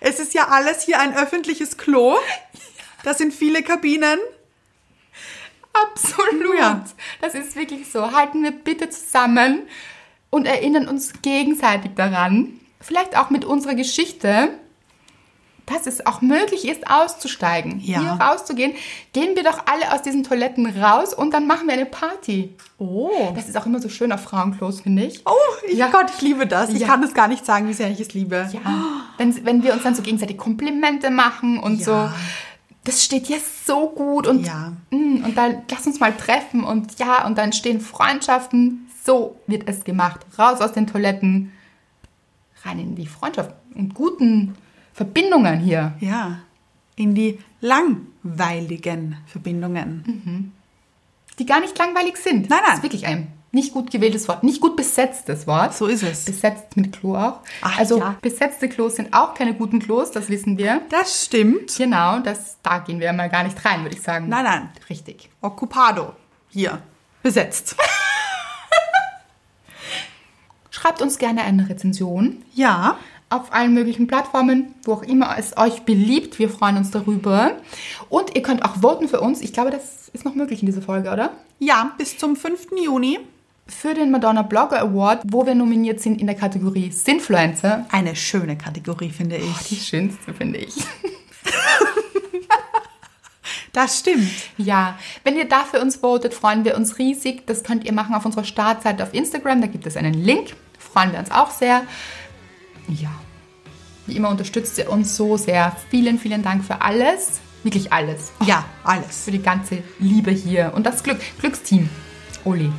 S1: es ist ja alles hier ein öffentliches Klo. Da sind viele Kabinen.
S2: absolut.
S1: Ja.
S2: Das ist wirklich so. Halten wir bitte zusammen und erinnern uns gegenseitig daran, vielleicht auch mit unserer Geschichte, dass es auch möglich ist, auszusteigen,
S1: Ja.
S2: hier rauszugehen. Gehen wir doch alle aus diesen Toiletten raus und dann machen wir eine Party.
S1: Oh.
S2: Das ist auch immer so schön auf Frauenklos, finde ich.
S1: Oh, ich, Gott, ich liebe das. Ich
S2: Ja.
S1: kann es gar nicht sagen, wie sehr ich es liebe.
S2: Ja, wenn, wenn wir uns dann so gegenseitig Komplimente machen und
S1: Ja.
S2: so. Das steht ja so gut und,
S1: Ja.
S2: mm, und dann lass uns mal treffen und ja, und dann stehen Freundschaften. So wird es gemacht. Raus aus den Toiletten, rein in die Freundschaft und guten Verbindungen hier.
S1: Ja. In die langweiligen Verbindungen.
S2: die gar nicht langweilig sind.
S1: Nein, nein.
S2: Das ist wirklich ein Nicht gut gewähltes Wort, nicht gut besetztes Wort.
S1: So ist es.
S2: Besetzt mit Klo auch.
S1: Ach,
S2: also
S1: ja.
S2: besetzte Klos sind auch keine guten Klos, das wissen wir.
S1: Das stimmt.
S2: Genau, das, da gehen wir mal gar nicht rein, würde ich sagen.
S1: Nein, nein.
S2: Richtig.
S1: Occupado. Hier. Besetzt.
S2: [LAUGHS] Schreibt uns gerne eine Rezension
S1: Ja.
S2: auf allen möglichen Plattformen, wo auch immer es euch beliebt. Wir freuen uns darüber. Und ihr könnt auch voten für uns. Ich glaube, das ist noch möglich in dieser Folge, oder?
S1: Ja, bis zum 5. Juni.
S2: Für den Madonna Blogger Award, wo wir nominiert sind in der Kategorie Sinfluencer.
S1: Eine schöne Kategorie, finde
S2: Die
S1: ich.
S2: schönste, finde ich.
S1: Das stimmt.
S2: Ja, wenn ihr dafür uns votet, freuen wir uns riesig. Das könnt ihr machen auf unserer Startseite auf Instagram. Da gibt es einen Link. Freuen wir uns auch sehr. Ja, wie immer unterstützt ihr uns so sehr. Vielen, vielen Dank für alles. Wirklich alles.
S1: Ja, alles.
S2: Für die ganze Liebe hier und das Glück. Glücksteam. Oli.